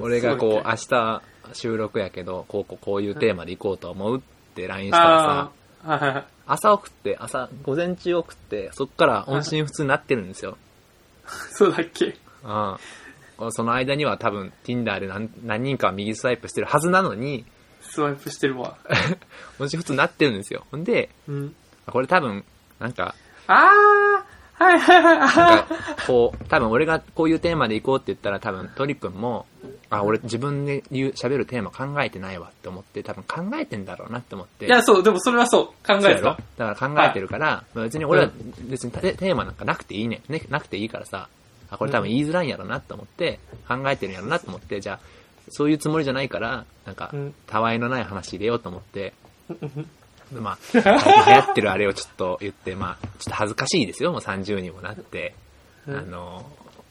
Speaker 2: 俺がこう、
Speaker 1: あ
Speaker 2: 明日収録やけど、こうこうこういうテーマで行こうと思うって LINE したらさ
Speaker 1: あ、ー、はいはいはい。
Speaker 2: 朝送って、朝、午前中送って、そっから音信不通になってるんで すよ。
Speaker 1: そうだっけ
Speaker 2: うん。その間には多分 Tinder で何何人かは右スワイプしてるはずなのに、
Speaker 1: スワイプしてるわ。
Speaker 2: 音信不通になってるんですよ。ほんで、
Speaker 1: うん。
Speaker 2: これ多分、なんか、
Speaker 1: あー、はいはいはい。あ
Speaker 2: な
Speaker 1: ー
Speaker 2: んかこう、多分俺がこういうテーマで行こうって言ったら多分トリ君も、あ、俺自分で言う、喋るテーマ考えてないわって思って、多分考えてんだろうなって思って。
Speaker 1: いや、そう、でもそれはそう、考
Speaker 2: そ
Speaker 1: え
Speaker 2: うや
Speaker 1: て
Speaker 2: ろ
Speaker 1: た。
Speaker 2: だから考えてるから、まあ別に俺は
Speaker 1: う
Speaker 2: 別にテテーマなんかなくていいねね。なくていいからさ、あ、これ多分言いづらいんやろなと思って、考えてるんやろなと思って、じゃあ、そういうつもりじゃないから、なんか
Speaker 1: うん、
Speaker 2: たわいのない話入れようと思って、まあ、 最近流行ってるあれをちょっと言って、まあ、ちょっと恥ずかしいですよ、もう30にもなって。
Speaker 1: うん
Speaker 2: あの、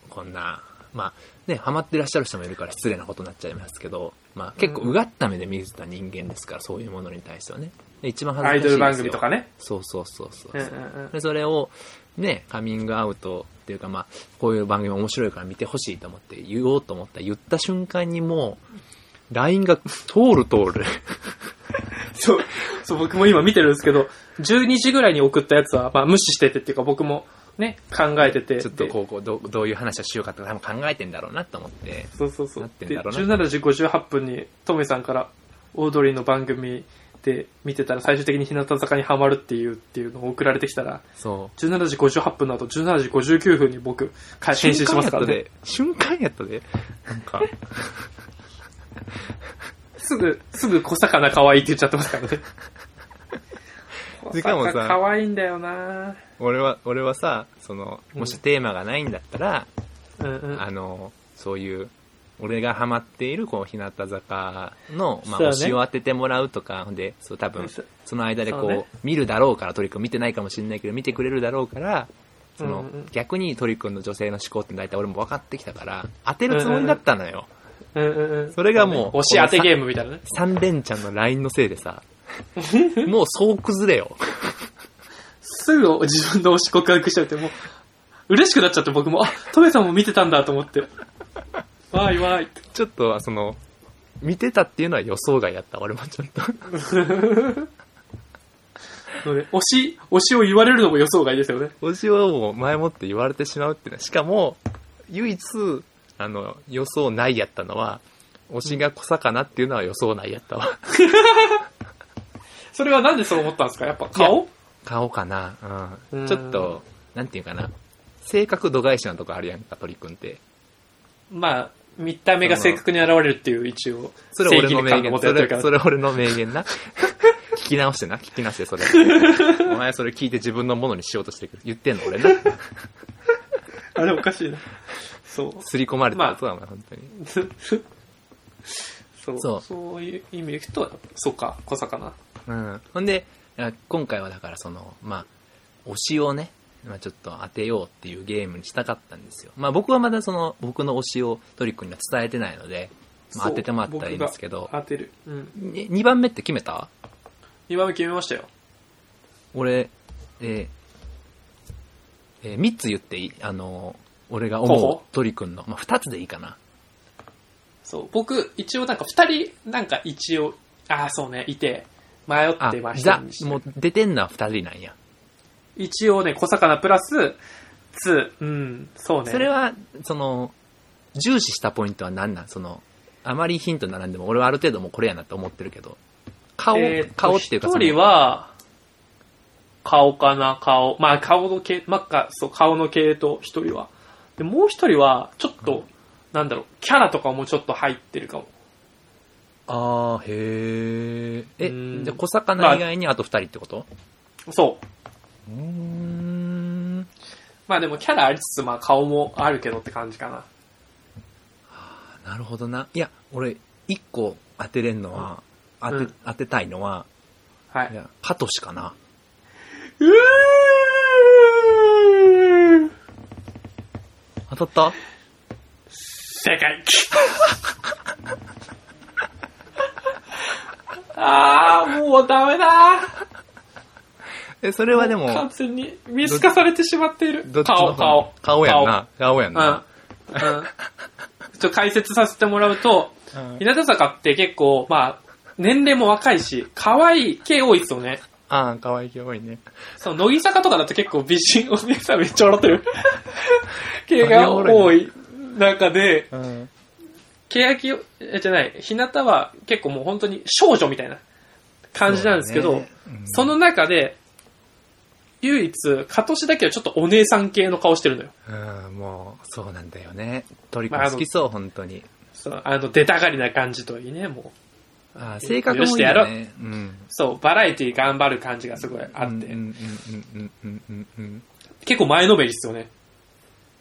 Speaker 2: こんな、まあ、ね、ハマってらっしゃる人もいるから失礼なことになっちゃいますけど、まあ、結構うがった目で見てた人間ですから、そういうものに対してはね。で一番恥ず
Speaker 1: ア
Speaker 2: かし
Speaker 1: イ
Speaker 2: い
Speaker 1: ド
Speaker 2: ですよ
Speaker 1: ル番組とかね。
Speaker 2: そうそうそうそう。
Speaker 1: うんうんうん
Speaker 2: でそれを、ね、カミングアウトっていうか、まあ、こういう番組面白いから見てほしいと思って言おうと思ったら言った瞬間にもう、LINE が通る通 る。
Speaker 1: そう、そう、僕も今見てるんですけど、12時ぐらいに送ったやつは、まあ無視しててっていうか僕もね、考えてて。
Speaker 2: ちょっと
Speaker 1: う。
Speaker 2: こう、こうどうどういう話をしようかとか多分考えてんだろうなと思って。
Speaker 1: そうそうそ
Speaker 2: な
Speaker 1: う
Speaker 2: っ。て
Speaker 1: で、
Speaker 2: んだろうな
Speaker 1: 17時58分にトミさんから、オードリーの番組で見てたら最終的に日向坂にはまるっていうっていうのを送られてきたら、
Speaker 2: そう。
Speaker 1: 17時58分の後、17時59分に僕、返信しますからね。
Speaker 2: 瞬間やったで。瞬間やったで。なんか、
Speaker 1: すぐ、すぐ小魚可愛いって言っちゃってますからね。
Speaker 2: しかもさ
Speaker 1: 小魚可愛いんだよな
Speaker 2: 俺は、俺はさ、その、もしテーマがないんだったら、
Speaker 1: うんうん。
Speaker 2: あの、そういう、俺がハマっている、こう、日向坂の、ま
Speaker 1: そ
Speaker 2: あ、
Speaker 1: うね
Speaker 2: 推しを当ててもらうとか、ほんで、そう、多分
Speaker 1: そ、
Speaker 2: その間でこう、
Speaker 1: そうね
Speaker 2: 見るだろうから、鳥くん見てないかもしれないけど、見てくれるだろうから、その、
Speaker 1: うんうん
Speaker 2: 逆に鳥くんの女性の思考って大体俺も分かってきたから、当てるつもりだったのよ。
Speaker 1: うんうんうん。
Speaker 2: それがもう
Speaker 1: 押し当てゲームみたいなね。
Speaker 2: 三連ちゃんの LINE のせい でさ、もうそう崩れよ。
Speaker 1: すぐ自分の推し告白しちゃって、もう、嬉しくなっちゃって僕も、あ、トメさんも見てたんだと思って。わーいわーいって。
Speaker 2: ちょっとはその、見てたっていうのは予想外やった、俺もちょっと。
Speaker 1: ので、推し、推しを言われるのも予想外ですよね。
Speaker 2: 推しをもう前もって言われてしまうっていうのは、しかも、唯一、あの、予想ないやったのは、推しが小魚っていうのは予想ないやったわ。
Speaker 1: それはなんでそう思ったんですかやっぱ顔
Speaker 2: 顔かな、うん、
Speaker 1: うん
Speaker 2: ちょっと、なんていうかな。性格度外視なとこあるやんか、鳥くんって。
Speaker 1: まあ、見た目が正確に現れるっていう一応、
Speaker 2: それ俺
Speaker 1: 正
Speaker 2: の名
Speaker 1: 義感
Speaker 2: 言。
Speaker 1: 持ってや
Speaker 2: そ
Speaker 1: ってるか
Speaker 2: れ、
Speaker 1: ら
Speaker 2: それ俺の名言な。 聞き直してな、聞き直して、それ。 お前それ聞いて自分のものにしようとしてくる。言ってんの、俺な。
Speaker 1: あれおかしいな。 そう。
Speaker 2: 刷り込まれた
Speaker 1: まあ
Speaker 2: ことだもん、本当に。
Speaker 1: そう。
Speaker 2: そ
Speaker 1: そうういう意味でいくと、そうか、小魚。
Speaker 2: うん。ほんで、あ今回はだからその、まあ、推しをね、まあちょっと当てようっていうゲームにしたかったんですよ。まあ僕はまだその、僕の推しをトリックには伝えてないので、まあ、
Speaker 1: そう
Speaker 2: 当ててもらったらいいんですけど
Speaker 1: 僕、が当てる。うん。
Speaker 2: 2番目って決めた
Speaker 1: 2番目決めましたよ。
Speaker 2: 俺、えーえ3つ言っていいあのー、俺が思
Speaker 1: 候
Speaker 2: う
Speaker 1: 補
Speaker 2: トリくんの、まあ、2つでいいかな。
Speaker 1: そう、僕、一応なんか二人、なんか一応、ああ、そうね、いて、迷
Speaker 2: あ
Speaker 1: ってま、し
Speaker 2: ザ
Speaker 1: た、
Speaker 2: もう出てんのは2人なんや。
Speaker 1: 一応ね、小魚プラス、ツー、うん、そうね。
Speaker 2: それは、その、重視したポイントは何なんその、あまりヒント並んでも、俺はある程度もうこれやなって思ってるけど、顔、
Speaker 1: えーっと
Speaker 2: 顔っていうかそ
Speaker 1: 一
Speaker 2: の
Speaker 1: 人は、顔かな、顔。まあ、顔の系、まあ、そう、顔の系統、一人は。で、もう一人は、ちょっと、なんだろう、キャラとかもちょっと入ってるかも。
Speaker 2: あー、へー。
Speaker 1: う
Speaker 2: え、
Speaker 1: ん
Speaker 2: じゃあ小魚以外にあと二人ってこと
Speaker 1: そう。
Speaker 2: うーん。
Speaker 1: まあでも、キャラありつつ、まあ、顔もあるけどって感じかな。
Speaker 2: なるほどな。いや、俺、一個当てれんのは、当て、
Speaker 1: うん
Speaker 2: 当てたいのは、
Speaker 1: はいい。
Speaker 2: や、カトシかな。
Speaker 1: うー
Speaker 2: 当たった
Speaker 1: 正 解ああ、もうダメだ。
Speaker 2: え、それはでも、
Speaker 1: 完全に見透かされてしまっている。
Speaker 2: どっちの
Speaker 1: 顔、
Speaker 2: 方
Speaker 1: 顔。
Speaker 2: 顔やんな。顔やん
Speaker 1: 顔。うん。う
Speaker 2: な。
Speaker 1: ん。ちょっと解説させてもらうと、日向坂って結構、まあ、年齢も若いし、可愛い系多いですよね。
Speaker 2: ああ、可愛い可愛いね。
Speaker 1: その、乃木坂とかだと結構美人、お姉さんめっちゃ笑って る。系
Speaker 2: あれ
Speaker 1: が
Speaker 2: おもろいな
Speaker 1: 多い中で、
Speaker 2: うん。
Speaker 1: 欅を、え、じゃない、日向は結構もう本当に少女みたいな感じなんですけど、そ,、
Speaker 2: そうだねうん
Speaker 1: の中で、唯一、カトシだけはちょっとお姉さん系の顔してるのよ。
Speaker 2: うん、もう、そうなんだよね。トリコ
Speaker 1: まああ
Speaker 2: 好
Speaker 1: の
Speaker 2: きそう、本当に。
Speaker 1: そのあの、出たがりな感じといいね、もう。
Speaker 2: ああ、性格もいいよね。うん。
Speaker 1: そう、バラエティ頑張る感じがすごいあって、
Speaker 2: うんうんうんうんうんうんうん。
Speaker 1: 結構前のめりですよね。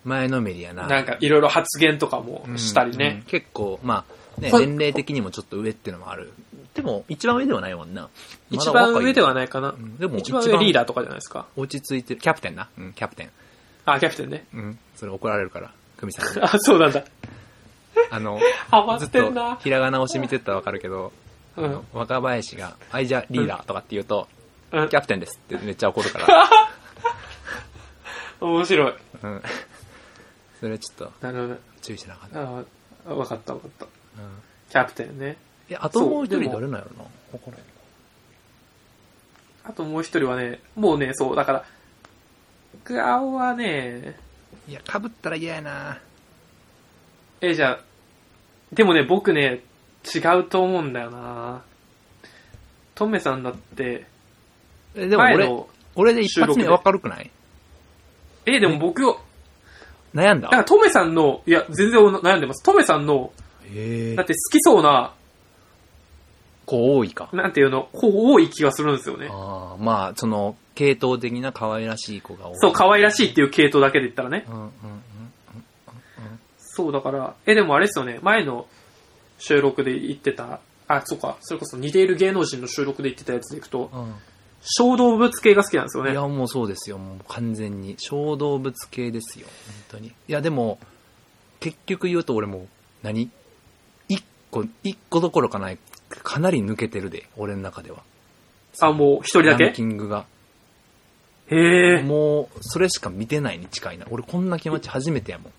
Speaker 2: 前のめりやな。
Speaker 1: なんかいろいろ発言とかもしたり
Speaker 2: うんうん
Speaker 1: ね。
Speaker 2: 結構、まあ、ね、
Speaker 1: こ
Speaker 2: 年齢的にもちょっと上ってのもある。でも、一番上ではないもんな。ま
Speaker 1: 一
Speaker 2: だ
Speaker 1: 番
Speaker 2: 若い
Speaker 1: 上ではないかな。
Speaker 2: うんでも
Speaker 1: 一番
Speaker 2: 一
Speaker 1: 上
Speaker 2: 番
Speaker 1: リーダーとかじゃないですか。
Speaker 2: 落ち着いてる。キャプテンな。うん、キャプテン。
Speaker 1: あ、キャプテンね。
Speaker 2: うん。それ怒られるから、久美さんに。
Speaker 1: あ、そうなんだ。
Speaker 2: あの、
Speaker 1: ハマ
Speaker 2: ずっ
Speaker 1: って
Speaker 2: と
Speaker 1: んな、。
Speaker 2: ひらがな押し見てったらわかるけど、
Speaker 1: うん
Speaker 2: あの若林が、あいじゃあリーダーとかって言うと、
Speaker 1: うん
Speaker 2: キャプテンですってめっちゃ怒 るから。
Speaker 1: 面白い。
Speaker 2: うん。それちょっと
Speaker 1: なるほど。
Speaker 2: 注意しなかった。
Speaker 1: ああ、わかったわかった。
Speaker 2: うん。
Speaker 1: キャプテンね。
Speaker 2: え、あともう一
Speaker 1: そうで
Speaker 2: 人
Speaker 1: も
Speaker 2: 誰なんやろな怒られる
Speaker 1: あともう一人はね、もうね、そう、だから、顔はね、
Speaker 2: いや、被ったら嫌やな
Speaker 1: え、じゃあ、でもね、僕ね、違うと思うんだよなトメさんだって、
Speaker 2: え、で
Speaker 1: で
Speaker 2: も俺、俺で一
Speaker 1: 収
Speaker 2: 発
Speaker 1: 録
Speaker 2: 目
Speaker 1: で
Speaker 2: わかるくない
Speaker 1: え、でも僕を、
Speaker 2: 悩ん
Speaker 1: だから
Speaker 2: だ
Speaker 1: トメさんの、いや、全然悩んでます。トメさんの、
Speaker 2: へえ
Speaker 1: だっ。て好きそうな、
Speaker 2: こう多いか。
Speaker 1: なんていうの、こう多い気がするんですよね。
Speaker 2: ああ、まあ、その、系統的な可愛らしい子が多い。
Speaker 1: そう、可愛らしいっていう系統だけで言ったらね。
Speaker 2: うんうんうん。
Speaker 1: そう、だから、え、でもあれですよね、前の収録で言ってた、あ、そうか、それこそ似ている芸能人の収録で言ってたやつでいくと、
Speaker 2: うん
Speaker 1: 小動物系が好きなんですよ
Speaker 2: い
Speaker 1: ね。
Speaker 2: や、もうそうですよ。もう完全に。小動物系ですよ。本当に。いや、でも、結局言うと俺もう、何一個、一個どころかない。かなり抜けてるで、俺の中では。
Speaker 1: あ、もう一人だ
Speaker 2: ラン
Speaker 1: け
Speaker 2: キングが。
Speaker 1: へえ。
Speaker 2: もう、それしか見てないに近いな。俺こんな気持ち初め てやもん。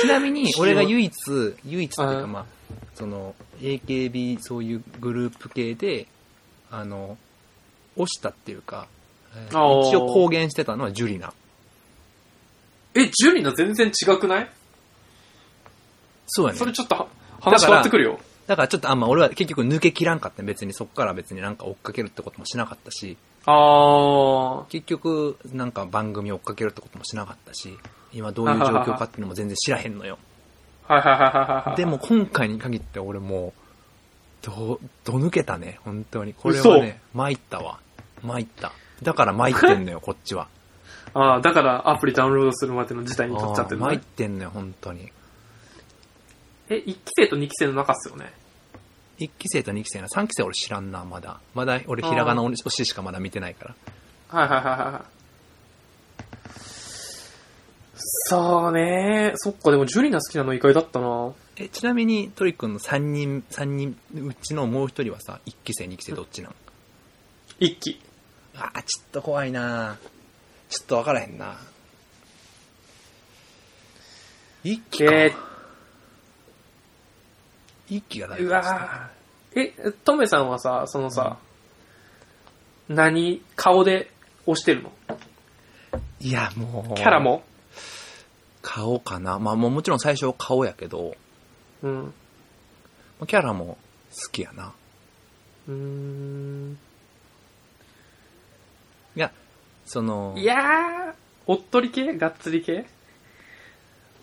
Speaker 2: ちなみに、俺が唯一、唯一っていう
Speaker 1: う
Speaker 2: か、
Speaker 1: ん
Speaker 2: まあ、その、AKB、そういうグループ系で、あの、押したっていうか、えー
Speaker 1: おー
Speaker 2: 一応公言してたのはジュリナ。
Speaker 1: え、ジュリナ全然違くない
Speaker 2: そうやね
Speaker 1: そ。れちょっとは話変わってくるよ。
Speaker 2: だからちょっと、あんまあ、俺は結局抜けきらんかったね別にそっから別になんか追っかけるってこともしなかったし、
Speaker 1: あ
Speaker 2: 結局、なんか番組追っかけるってこともしなかったし、今どういう状況かっていうのも全然知らへんのよ。
Speaker 1: ー。はいはいはいはいはい。
Speaker 2: で、も今回に限って俺もう、ど、ど抜けたね、本当に。これは
Speaker 1: 嘘
Speaker 2: ね、参ったわ。参った。だから参ってんのよ、こっちは。
Speaker 1: ああ、だからアプリダウンロードするまでの事態に
Speaker 2: あ
Speaker 1: 至っちゃって
Speaker 2: ー
Speaker 1: る
Speaker 2: 参っ
Speaker 1: ね。
Speaker 2: てんのよ、本当に。
Speaker 1: え、1期生と2期生の中っすよね。
Speaker 2: 1期生と2期生な、3期生俺知らんな、まだ。まだ俺、ひらがな推ししかまだ見てないから。
Speaker 1: はいはいはいはいはい。そうねそっか、でもジュリナ好きなの意外だったな
Speaker 2: え、ちなみに、トリックの3人、三人、うちのもう1人はさ、1期生、2期生どっちなん
Speaker 1: 一期。
Speaker 2: あー、ちょっと怖いなちょっと分からへんな一期か。
Speaker 1: え
Speaker 2: 一期が大
Speaker 1: ー、うわーえ、トメさんはさ、そのさ、何、顔で押してるの
Speaker 2: いや、もう。
Speaker 1: キャラも
Speaker 2: 顔かな。まあもうもちろん最初顔やけど、
Speaker 1: うん。
Speaker 2: キャラも好きやな。
Speaker 1: うーん。
Speaker 2: いや、その、
Speaker 1: いやー、おっとり系がっつり系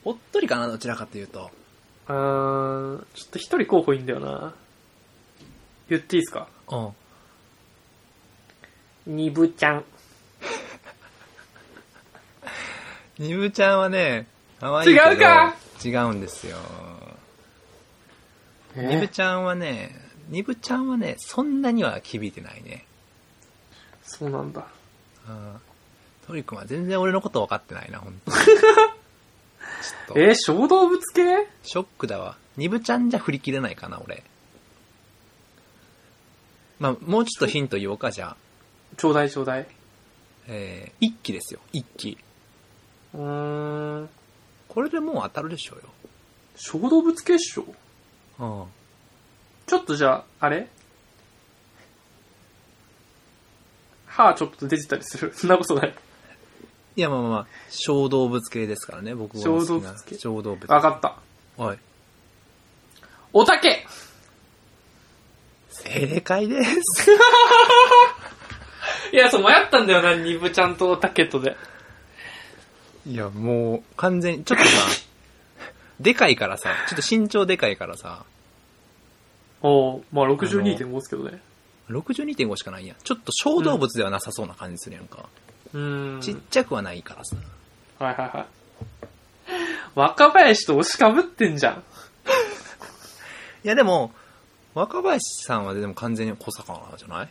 Speaker 2: おっとりかな、どちらかというと。
Speaker 1: あー、ちょっと一人候補いいんだよな。言っていいですか
Speaker 2: うん。
Speaker 1: にぶちゃん。
Speaker 2: ニブちゃんはね、可愛い
Speaker 1: 違うか
Speaker 2: 違うんですよ。ニブちゃんはね、ニブちゃんはね、そんなには響いてないね。
Speaker 1: そうなんだ。
Speaker 2: うん。トリ君は全然俺のこと分かってないな、本当に。ちょっと、
Speaker 1: えー、小動物系
Speaker 2: ショックだわ。ニブちゃんじゃ振り切れないかな、俺。まあ、もうちょっとヒント言おうか、じゃあ。
Speaker 1: ちょうだいちょうだい。
Speaker 2: えー、一期ですよ、一期。
Speaker 1: うーん。
Speaker 2: これでもう当たるでしょ
Speaker 1: 小動物系っしょ
Speaker 2: うよ。
Speaker 1: ちょっとじゃあ、あれ歯ちょっと出てたりする。 そんなことない。
Speaker 2: いや、まあまあまあ、小動物系ですからね、僕は好きな。
Speaker 1: 小動物系
Speaker 2: 小動物。
Speaker 1: わかった。
Speaker 2: た。はい。
Speaker 1: おたけ
Speaker 2: 正 解です。
Speaker 1: いや、そう迷ったんだよな、ニブちゃんとおたけとで。
Speaker 2: いや、もう、完全に、ちょっとさ、でかいからさ、ちょっと身長でかいからさ、
Speaker 1: おおまあ62.5ですけどね。
Speaker 2: 62.5しかないやん。ちょっと小動物ではなさそうな感じするやんか。
Speaker 1: うーん。
Speaker 2: ちっちゃくはないからさ。
Speaker 1: はいはいはい。若林と押しかぶってんじゃん。
Speaker 2: いや、でも、若林さんはでも完全に小魚じゃない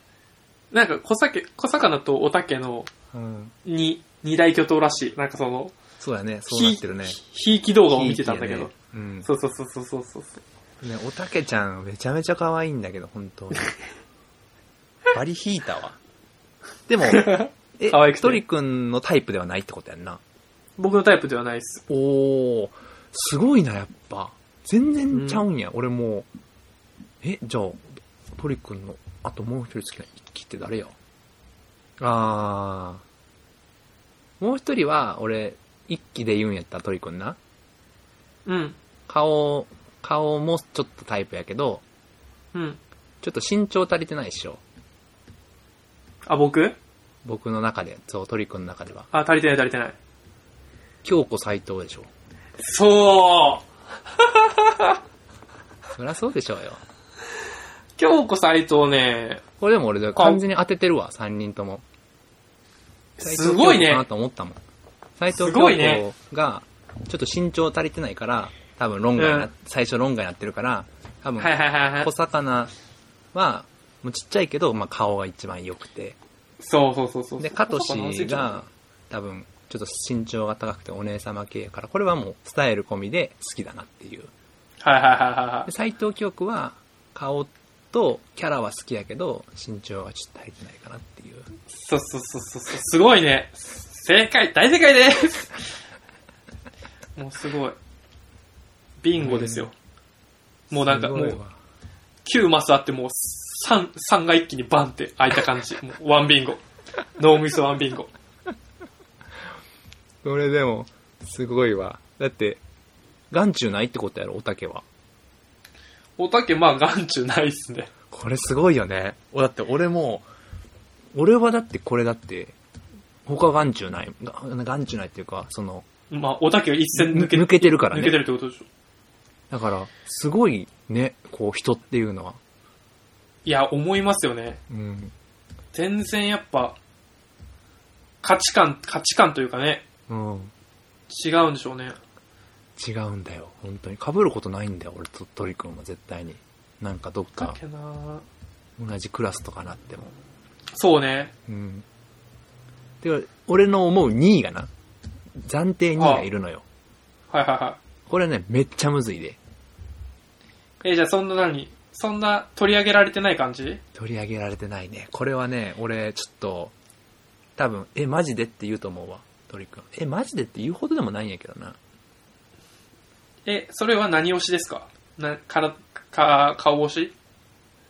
Speaker 1: なんか小酒、小魚とおたけの
Speaker 2: うん。
Speaker 1: に二大巨頭らしい。なんかその、
Speaker 2: そうやね、そうなってるね。
Speaker 1: ひひいき動画を見てたんだけど。
Speaker 2: ひいきやねうん。
Speaker 1: そうそうそうそうそうそう。
Speaker 2: ね、おたけちゃんめちゃめちゃ可愛いんだけど、本 当に。バリ引いたわ。でも、え、
Speaker 1: 可愛くて
Speaker 2: トリくんのタイプではないってことやんな。
Speaker 1: 僕のタイプではないです。
Speaker 2: おー、すごいな、やっぱ。全然ちゃうんや、俺もう。え、じゃあ、トリくんの、あともう一人好きな一期って誰やあー。もう一人は、俺、一期で言うんやったらトリくんな。
Speaker 1: うん。
Speaker 2: 顔、顔もちょっとタイプやけど、
Speaker 1: うん。
Speaker 2: ちょっと身長足りてないっしょ。
Speaker 1: あ、僕
Speaker 2: 僕の中で、そう、トリ君の中では。
Speaker 1: あ、足りてない足りてない。
Speaker 2: 京子斎藤でしょ。
Speaker 1: そう
Speaker 2: そりゃそうでしょうよ。
Speaker 1: 京子斎藤ね、
Speaker 2: これでも俺、完全に当ててるわ、3人とも。
Speaker 1: すごい
Speaker 2: 斎藤京子かな
Speaker 1: ね。
Speaker 2: と思ったもん。斎藤
Speaker 1: す
Speaker 2: 京
Speaker 1: ごいね
Speaker 2: 子が、ちょっと身長足りてないから、多分論外な、
Speaker 1: うん
Speaker 2: 最初論外になってるから、多分
Speaker 1: はい、はいはいはい
Speaker 2: 小。魚は、もうちっちゃいけど、まあ顔が一番良くて。
Speaker 1: そうそうそうそう。
Speaker 2: で、
Speaker 1: カ
Speaker 2: カ
Speaker 1: ト
Speaker 2: ト
Speaker 1: シ
Speaker 2: シが、、多分、ちょっと身長が高くてお姉様系やから、これはもうスタイル込みで好きだなっていう。
Speaker 1: はいはいはいはいはい。
Speaker 2: 斎藤京子は顔とキャラは好きやけど身長はちょっと足りてないかなっていう
Speaker 1: そうそうそうそうそう。すごいね。正解、大正解です。もうすごい。ビンゴですよ。もうなんか、
Speaker 2: す
Speaker 1: も
Speaker 2: ごいうわ
Speaker 1: 9マスあってもう3、3が一気にバンって開いた感じ。もうワンビンゴ。ノーミスワンビンゴ。
Speaker 2: それでもすごいわだって眼中ないってことやろおたけは
Speaker 1: おたけ、まあ、眼中ないっすね。
Speaker 2: これすごいよねおだって俺も俺はだってこれだって他眼中ないが眼中ないっていうかその
Speaker 1: まあ、おたけは一線抜け
Speaker 2: 抜けてるからね
Speaker 1: 抜けてるってことでしょ。
Speaker 2: だからすごいねこう人っていうのは、
Speaker 1: いや、思いますよね。
Speaker 2: うん
Speaker 1: 全然やっぱ、価値観、価値観というかね、
Speaker 2: うん、
Speaker 1: 違うんでしょうね。
Speaker 2: 違うんだよ本当に被ることないんだよ俺と鳥くんは絶対になんかどっ
Speaker 1: おた
Speaker 2: か
Speaker 1: けな
Speaker 2: 同じクラスとかなっても。
Speaker 1: そうね。
Speaker 2: うん。てか、俺の思う2位がな、暫定2位がいるのよ。
Speaker 1: はいはいは
Speaker 2: これね、めっちゃむずいで。
Speaker 1: い。え、じゃあそんな何そんな取り上げられてない感じ
Speaker 2: 取り上げられてないね。これはね、俺、ちょっと、多分、え、マジでって言うと思うわ、鳥くん。え、マジでって言うほどでもないんやけどな。
Speaker 1: え、それは何推しですかな、から、か、顔推し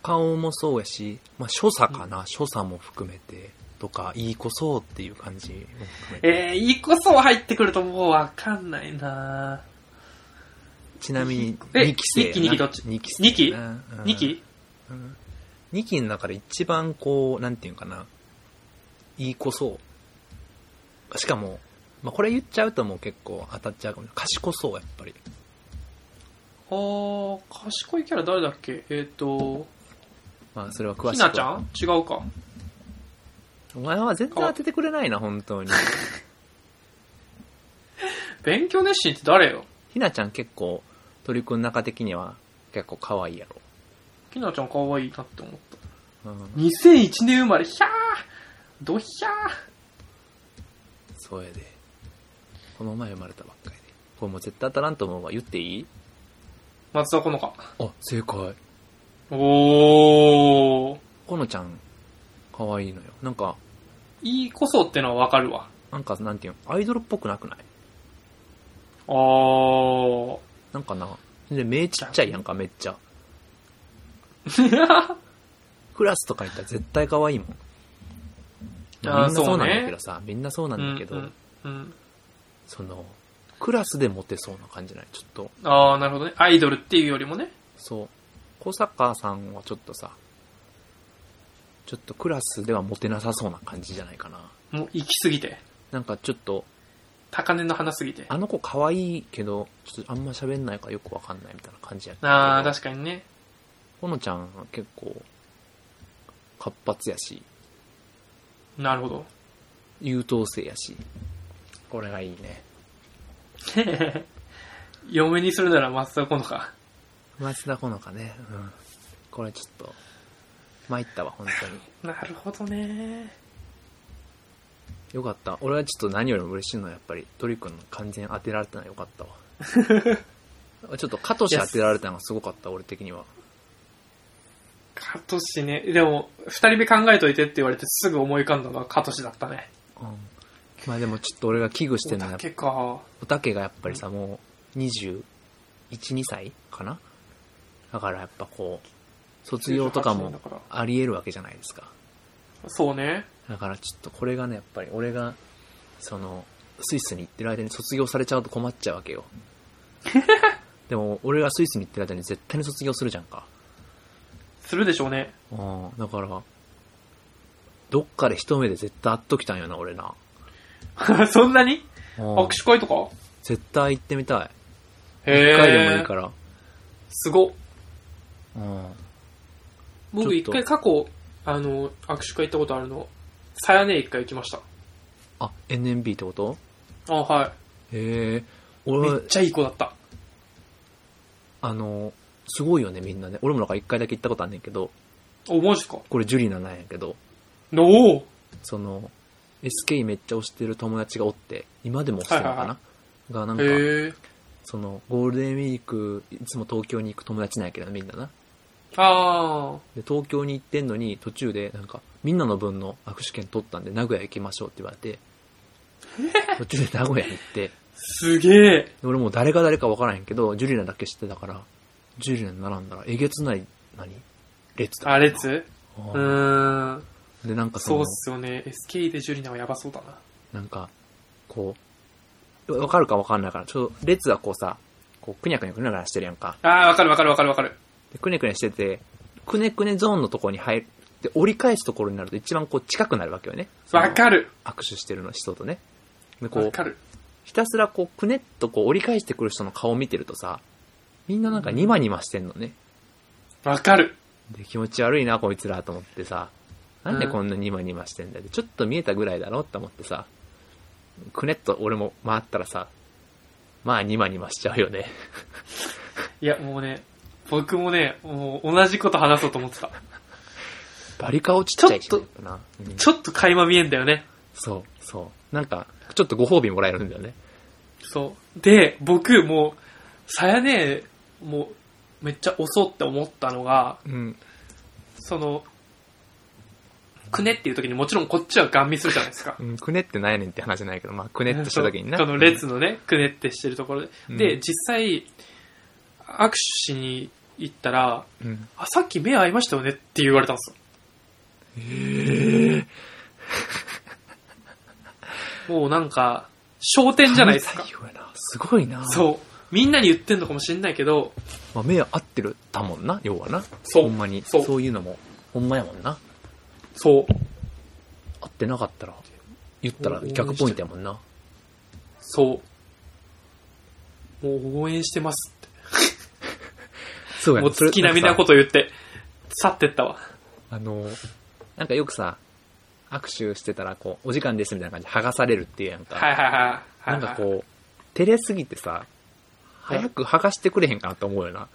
Speaker 2: 顔もそうやし、まあ、所作かな、所作も含めて。とか、いい子そうっていう感じも含めて
Speaker 1: えー、いいこそ入ってくるともうわかんないな
Speaker 2: ちなみに、
Speaker 1: え
Speaker 2: 2期生やな。
Speaker 1: 一期二期どっち
Speaker 2: 二期生やなうん
Speaker 1: 2期
Speaker 2: うん二期の中で一番こう、なんていうかな、いい子そう。しかも、まあ、これ言っちゃうともう結構当たっちゃうかもしれない。賢そう、やっぱり。
Speaker 1: あー、賢いキャラ誰だっけえっ、と、
Speaker 2: まあ、それは詳しくは。
Speaker 1: ひなちゃん違うか。
Speaker 2: お前は全然当ててくれないな、本当に。
Speaker 1: 勉強熱心って誰よ
Speaker 2: ひなちゃん結構、鳥くん中的には結構可愛いやろ。
Speaker 1: ひなちゃん可愛いなって思った。
Speaker 2: うん、
Speaker 1: 2001年生まれ、ひゃードヒャー
Speaker 2: そうやで。この前生まれたばっかりで。これもう絶対当たらんと思うわ。言っていい
Speaker 1: 松田好花。
Speaker 2: あ、正解。
Speaker 1: おー。
Speaker 2: このちゃん、可愛いのよ。なんか、
Speaker 1: いいこそってのはわかるわ。
Speaker 2: なんか、なんていうの、アイドルっぽくなくない
Speaker 1: あー。
Speaker 2: なんかな、で目ちっちゃいやんか、めっちゃ。クラスとか行ったら絶対可愛いもん。みん
Speaker 1: あー
Speaker 2: なそうなんだけどさ、みんなそうなんだけど、
Speaker 1: うんうんうん
Speaker 2: その、クラスでモテそうな感じないちょっと、
Speaker 1: あー、なるほどね。アイドルっていうよりもね。
Speaker 2: そう。小坂さんはちょっとさ、ちょっとクラスではモテなさそうな感じじゃないかな。
Speaker 1: もう行き過ぎて。
Speaker 2: なんかちょっと、
Speaker 1: 高嶺の花すぎて。
Speaker 2: あの子可愛いけど、ちょっとあんま喋んないからよくわかんないみたいな感じやったけど
Speaker 1: あー、確かにね。
Speaker 2: ほのちゃんは結構、活発やし、
Speaker 1: なるほど。
Speaker 2: 優等生やし。これがいいね。
Speaker 1: 嫁にするなら松田好花。
Speaker 2: 松田好花ね。うん。これちょっと、参ったわ、本当 に。
Speaker 1: なるほどね。
Speaker 2: よかった。俺はちょっと何よりも嬉しいのはやっぱり、トリ君の完全当てられたのはよかった わ。ちょっと、カトシ当てられたのがすごかった、俺的には。
Speaker 1: カトシね。でも、二人目考えといてって言われてすぐ思い浮かんだのはカトシだったね。
Speaker 2: うん。まあでもちょっと俺が危惧してるのは、
Speaker 1: 結構。
Speaker 2: おたけがやっぱりさ、もう、21、2歳かなだからやっぱこう、卒業とか
Speaker 1: 98だ
Speaker 2: も
Speaker 1: ら
Speaker 2: あり得るわけじゃないですか。
Speaker 1: そうね。
Speaker 2: だからちょっとこれがね、やっぱり俺が、その、スイスに行ってる間に卒業されちゃうと困っちゃうわけ よ。でも、俺がスイスに行ってる間に絶対に卒業するじゃんか。
Speaker 1: するでしょうね。
Speaker 2: うん。だから、どっかで一目で絶対会っときたんよな、俺な。
Speaker 1: そんなに
Speaker 2: うん
Speaker 1: 握手会とか
Speaker 2: 絶対行ってみたい。
Speaker 1: へ
Speaker 2: 一回でもいいから。
Speaker 1: すごっ。
Speaker 2: うん。
Speaker 1: 僕
Speaker 2: ちょ
Speaker 1: 一
Speaker 2: っと
Speaker 1: 回過去、あの、握手会行ったことあるの。さやね一回行きました。
Speaker 2: あ、NMB ってこと
Speaker 1: あ、はい。
Speaker 2: へえ。
Speaker 1: め
Speaker 2: 俺
Speaker 1: っ、ちゃいい子だった。
Speaker 2: あの、すごいよね、みんなね。俺もなんか一回だけ行ったことあんねんけど、
Speaker 1: お、マジか。
Speaker 2: これジュリナなんやけど、
Speaker 1: のお
Speaker 2: その、SK めっちゃ推してる友達がおって、今でも推してるのかな、
Speaker 1: はいは
Speaker 2: が、なん
Speaker 1: へ
Speaker 2: か、
Speaker 1: え。
Speaker 2: その、ゴールデンウィーク、いつも東京に行く友達なんやけど、みんなな。
Speaker 1: あ
Speaker 2: で、東京に行ってんのに、途中で、なんか、みんなの分の握手券取ったんで、名古屋行きましょうって言わ れて、途中で名古屋に行って、
Speaker 1: ー、すげえ。
Speaker 2: で俺もう誰が誰か分からへんけど、ジュリナだけ知ってたから、ジュリナに並んだら、えげつない、何列だ。
Speaker 1: あ、列
Speaker 2: あ
Speaker 1: うー
Speaker 2: ー
Speaker 1: ん。
Speaker 2: で、なんかそ
Speaker 1: そう
Speaker 2: の
Speaker 1: っ、すよね。SK でジュリナはやばそうだな。
Speaker 2: なんか、こう、わかるかわかんないから、ちょっと列がこうさ、こう、くにゃくにゃくにゃくにゃしてるやんか。
Speaker 1: あー、わかるわかるわかるわかる。
Speaker 2: で、くねくねしてて、くねくねゾーンのところに入る。で、折り返すところになると一番こう近くなるわけよね。
Speaker 1: わかる。
Speaker 2: その握手してるの人とね。で、こ
Speaker 1: わ
Speaker 2: う、
Speaker 1: かる。
Speaker 2: ひたすらこう、くねっとこう折り返してくる人の顔を見てるとさ、みんななんかニマニマしてんのね。
Speaker 1: わかる。
Speaker 2: で、気持ち悪いな、こいつらと思ってさ、なんでこんなニマニマしてんだよ。ちょっと見えたぐらいだろって思ってさ、くねっと俺も回ったらさ、まあニマニマしちゃうよね。
Speaker 1: いや、もうね、僕もね、もう同じこと話そうと思ってた。
Speaker 2: バリカオちっちゃいし、
Speaker 1: ちょ
Speaker 2: ね、
Speaker 1: っと
Speaker 2: やっぱな。うん
Speaker 1: ちょっと垣間見えんだよね。
Speaker 2: そう、そう。なんか、ちょっとご褒美もらえるんだよね。
Speaker 1: そう。で、僕、もう、さやね、もう、めっちゃ遅って思ったのが、
Speaker 2: うん。
Speaker 1: その、くねっていう時にもちろんこっちはガン見するじゃないです か。
Speaker 2: うん、くねってないねんって話じゃないけど、まあ、くねっとした時にな。
Speaker 1: そうその列のね、くねってしてるところで。
Speaker 2: うん
Speaker 1: で、実際、握手しに行ったら、
Speaker 2: うん。
Speaker 1: あ、さっき目合いましたよねって言われたんですよ。もうなん か、焦点じゃないですか
Speaker 2: 関。西やなすごいな。う。
Speaker 1: そう。みんなに言ってんのかもしんないけど、
Speaker 2: まあ、目は合ってるたもんな、要はな。
Speaker 1: そう
Speaker 2: ほんまに。
Speaker 1: そ
Speaker 2: そうういうのも、ほんまやもんな。
Speaker 1: そう。
Speaker 2: 合ってなかったら、言ったら逆ポイントやもんな。
Speaker 1: そう。もう応援してますって。
Speaker 2: そうや
Speaker 1: もう
Speaker 2: それ
Speaker 1: 月並みなこと言って、去ってったわ。
Speaker 2: あの、なんかよくさ、握手してたら、こう、お時間ですみたいな感じで剥がされるっていうやんか。
Speaker 1: はいはいはい。
Speaker 2: なんかこう、照れすぎてさ、早く剥がしてくれへんかなと思うよ な。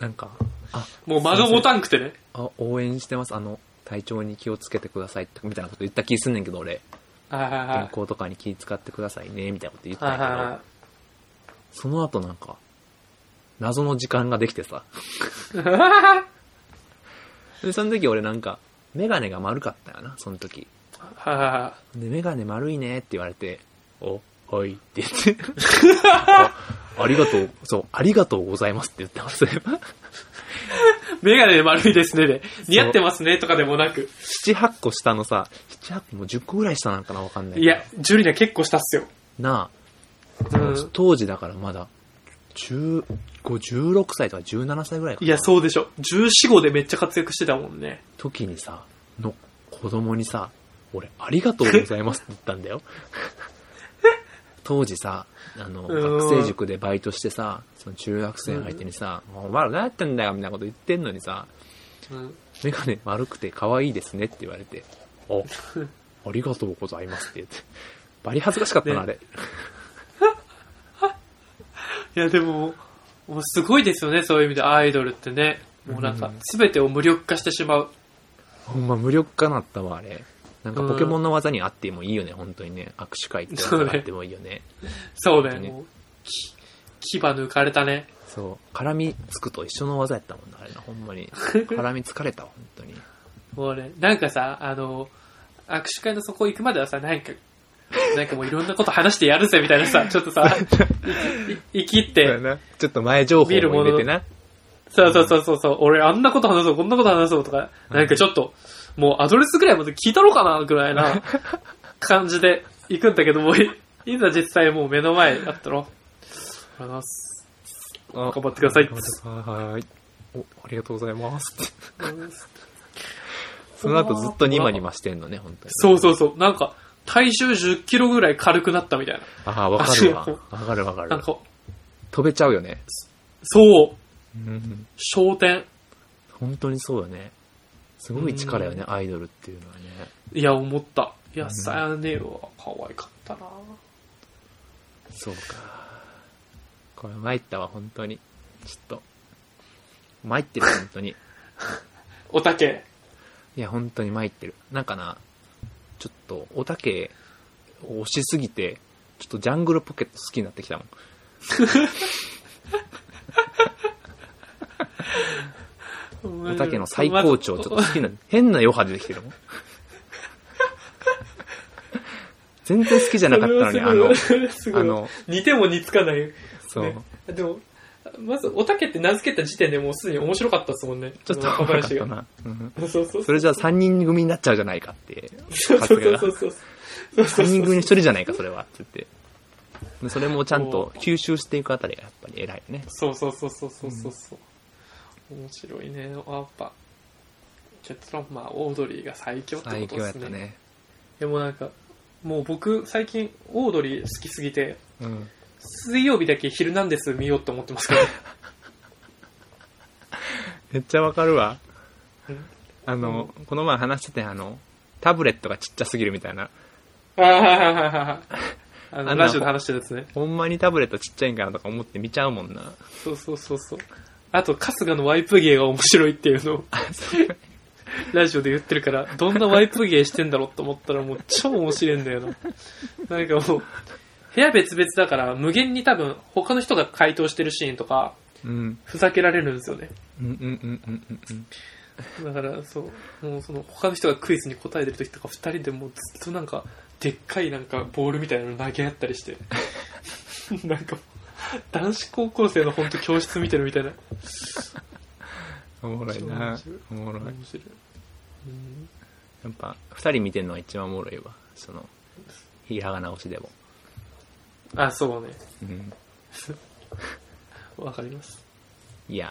Speaker 2: なんか、あ、
Speaker 1: う。もう間が持たんくてね。
Speaker 2: あ、応援してます。あの、体調に気をつけてくださいって、みたいなこと言った気すんねんけど、俺。
Speaker 1: はいはい
Speaker 2: 健
Speaker 1: は
Speaker 2: 康とかに気使ってくださいね、みたいなこと言っ
Speaker 1: い。は
Speaker 2: た
Speaker 1: い
Speaker 2: んやけど、その後なんか、謎の時間ができてさ。
Speaker 1: はいはい。
Speaker 2: で、その時俺なんか、メガネが丸かったよな、その時。
Speaker 1: はいはいは
Speaker 2: で、メガネ丸いねって言われて、お、はいって 言って、あありがとう、そう、ありがとうございますって言ってます。
Speaker 1: い。メガネで丸いですねで、似合ってますねとかでもなく。
Speaker 2: 七八個下のさ、七八個もう10個ぐらい下なんかなわかんないけ
Speaker 1: い
Speaker 2: ど。
Speaker 1: や、ジュリナ結構したっすよ。
Speaker 2: な
Speaker 1: う
Speaker 2: あ、
Speaker 1: ん。
Speaker 2: 当時だからまだ、15、16歳とか17歳ぐらいかない
Speaker 1: や、そうでしょ。14号でめっちゃ活躍してたもんね。
Speaker 2: 時にさ、の子供にさ、俺、ありがとうございますって言ったんだ よ。当時さ、あの、
Speaker 1: うん
Speaker 2: 学生塾でバイトしてさ、その中学生相手にさ、お前ら何やってんだよみたいなこと言ってんのにさ、
Speaker 1: うん。
Speaker 2: メガネ丸くて可愛いですねって言われて、 お、ありがとうございますって言って、バリ恥ずかしかったな、あれ。
Speaker 1: いや、でも、もうすごいですよね、そういう意味で。アイドルってね。もうなんか
Speaker 2: うん、
Speaker 1: すべてを無力化してしまう。
Speaker 2: ほんま無力化なったわ、あれ。なんかポケモンの技にあってもいいよね、本当にね。握手会って技があってもいいよね。
Speaker 1: そうね。
Speaker 2: ね
Speaker 1: もう、き、牙抜かれたね。
Speaker 2: そう。絡みつくと一緒の技やったもんな、あれな、ほん まに。絡みつかれたわ、本当に。
Speaker 1: もうね、なんかさ、あの、握手会のそこ行くまではさ、なんか、なんかもういろんなこと話してやるぜみたいなさ、ちょっとさ、いい生きって、
Speaker 2: ちょっと前情報も入れてな。
Speaker 1: そうそうそうそうそう、俺あんなこと話そう、こんなこと話そうとか、
Speaker 2: うん
Speaker 1: なんかちょっと、もうアドレスぐらいまで聞いたろかな、ぐらいな感じで行くんだけど、もうい、いざ実際もう目の前だったろ。ありがとうございます
Speaker 2: 頑
Speaker 1: 頑張ってください
Speaker 2: はいはい。お、ありがとうございます。
Speaker 1: そ
Speaker 2: そ
Speaker 1: の
Speaker 2: の
Speaker 1: 後
Speaker 2: 後
Speaker 1: ず
Speaker 2: ず
Speaker 1: っ
Speaker 2: っ
Speaker 1: と
Speaker 2: と
Speaker 1: ニ
Speaker 2: ニ
Speaker 1: マ
Speaker 2: マ
Speaker 1: ニ
Speaker 2: ニ
Speaker 1: マ
Speaker 2: マしてんのね、本当に。
Speaker 1: そう
Speaker 2: う。
Speaker 1: そうそう、なんか、体重10キロぐらい軽くなったみたい
Speaker 2: ああ、わかるわ
Speaker 1: 足がこ。
Speaker 2: わかるわか
Speaker 1: な。なん
Speaker 2: る。
Speaker 1: か、
Speaker 2: 飛べちゃうよね。
Speaker 1: そう、
Speaker 2: うん。
Speaker 1: 焦点。
Speaker 2: 本当にそうよね。すごい力よね、アイドルっていうのはね。
Speaker 1: いや、思った。いや、
Speaker 2: うん
Speaker 1: さやねは可愛かったな
Speaker 2: そうか。これ参ったわ、本当に。ちょっと。参ってる、本当に。
Speaker 1: おたけ。
Speaker 2: いや、本当に参ってる。なんかな、ちょっと、おたけを押しすぎて、ちょっとジャングルポケット好きになってきたもん。お
Speaker 1: お
Speaker 2: たけの最高潮、ちょっと好きな、変な余波出てき てるもん。全然好きじゃなかった のに、あの、あ
Speaker 1: あの
Speaker 2: の、
Speaker 1: 似ても似つかない。
Speaker 2: そう、
Speaker 1: ねでも、まず、おたけって名付けた時点でもうすでに面白かったですもんね。
Speaker 2: ちょっと
Speaker 1: 若
Speaker 2: 分かっ
Speaker 1: 林
Speaker 2: た
Speaker 1: が。
Speaker 2: な。うん
Speaker 1: そうそう
Speaker 2: それじゃあ3人組になっちゃうじゃないかって。
Speaker 1: そうそうそうそうそう。そうそ
Speaker 2: 3
Speaker 1: うそ
Speaker 2: 人
Speaker 1: う
Speaker 2: 組の1人じゃないか、それは。つって。でそれもちゃんと吸収していくあたりがやっぱり偉いよね。
Speaker 1: そうそうそうそうそうそうそう。面白いね。やっぱ、結論、まあ、オードリーが最強ってこと
Speaker 2: 最
Speaker 1: ですね。
Speaker 2: 強やったね。
Speaker 1: でもなんか、もう僕、最近、オードリー好きすぎて、
Speaker 2: うん。
Speaker 1: 水曜日だけ「ヒルナンデス」見ようと思ってます けど
Speaker 2: めっちゃわかるわ
Speaker 1: うん。
Speaker 2: あの、この前話してて、あの、タブレットがちっちゃすぎるみたいな。
Speaker 1: あははははあの
Speaker 2: あの
Speaker 1: ラジオで話してるやつね
Speaker 2: ほんまにタブレットちっちゃいんかなとか思って見ちゃうもんな。
Speaker 1: そうそうそうそうあと春日のワイプ芸が面白いっていうのをラジオで言ってるからどんなワイプ芸してんだろうと思ったらもう超面白いんだよななんかもう部屋別々だから無限に多分他の人が回答してるシーンとか
Speaker 2: うん。
Speaker 1: ふざけられるんですよね
Speaker 2: うんうんうんうんうんうん。
Speaker 1: だからそうもうその他の人がクイズに答えてる時とか2人でもうずっとなんかでっかいなんかボールみたいなの投げ合ったりしてなんかもう男子高校生の本当教室見てるみたいな
Speaker 2: おもろいな。おもろい。
Speaker 1: 面白い、うん
Speaker 2: やっぱ、二人見てるのが一番おもろいわ。その、ヒゲハガ直しでも。
Speaker 1: あ、そうね。
Speaker 2: うん。
Speaker 1: わかります。
Speaker 2: いや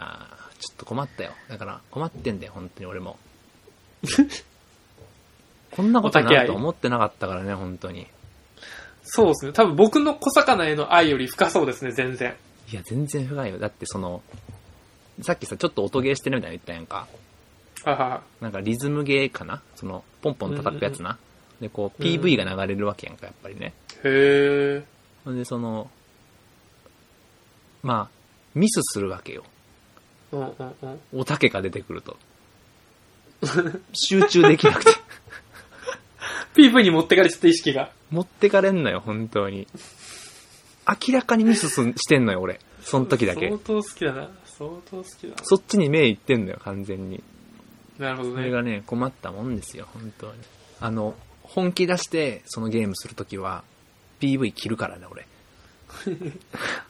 Speaker 2: ー、ちょっと困ったよ。だから、困ってんだよ、本当に 俺も。こんなことになると思ってなかったからね、本当に。
Speaker 1: そうですね。多分僕の小魚への愛より深そうですね、全然。
Speaker 2: いや、全然深いよ。だってその、さっきさ、ちょっと音ゲーしてるみたいなの言ったやんか。
Speaker 1: はいは
Speaker 2: なんかリズムゲーかなその、ポンポン叩くやつな。で、こう、PV が流れるわけやんか、やっぱりね。
Speaker 1: い。へえ。
Speaker 2: ほんで、その、まあ、ミスするわけよ。
Speaker 1: うんうんうん。
Speaker 2: おたけが出てくると。集中できなくて。
Speaker 1: PV に持ってかれちゃった意識が。
Speaker 2: 持ってかれんのよ、本当に。明らかにミスすんしてんのよ、俺。その時だけ
Speaker 1: 相。当好きだな。相当好きだな。
Speaker 2: そっちに目いってんのよ、完全に。
Speaker 1: なるほど
Speaker 2: それ
Speaker 1: ね。
Speaker 2: がね、困ったもんですよ、本当に。あの、本気出して、そのゲームするときは、PV 切るからね、俺。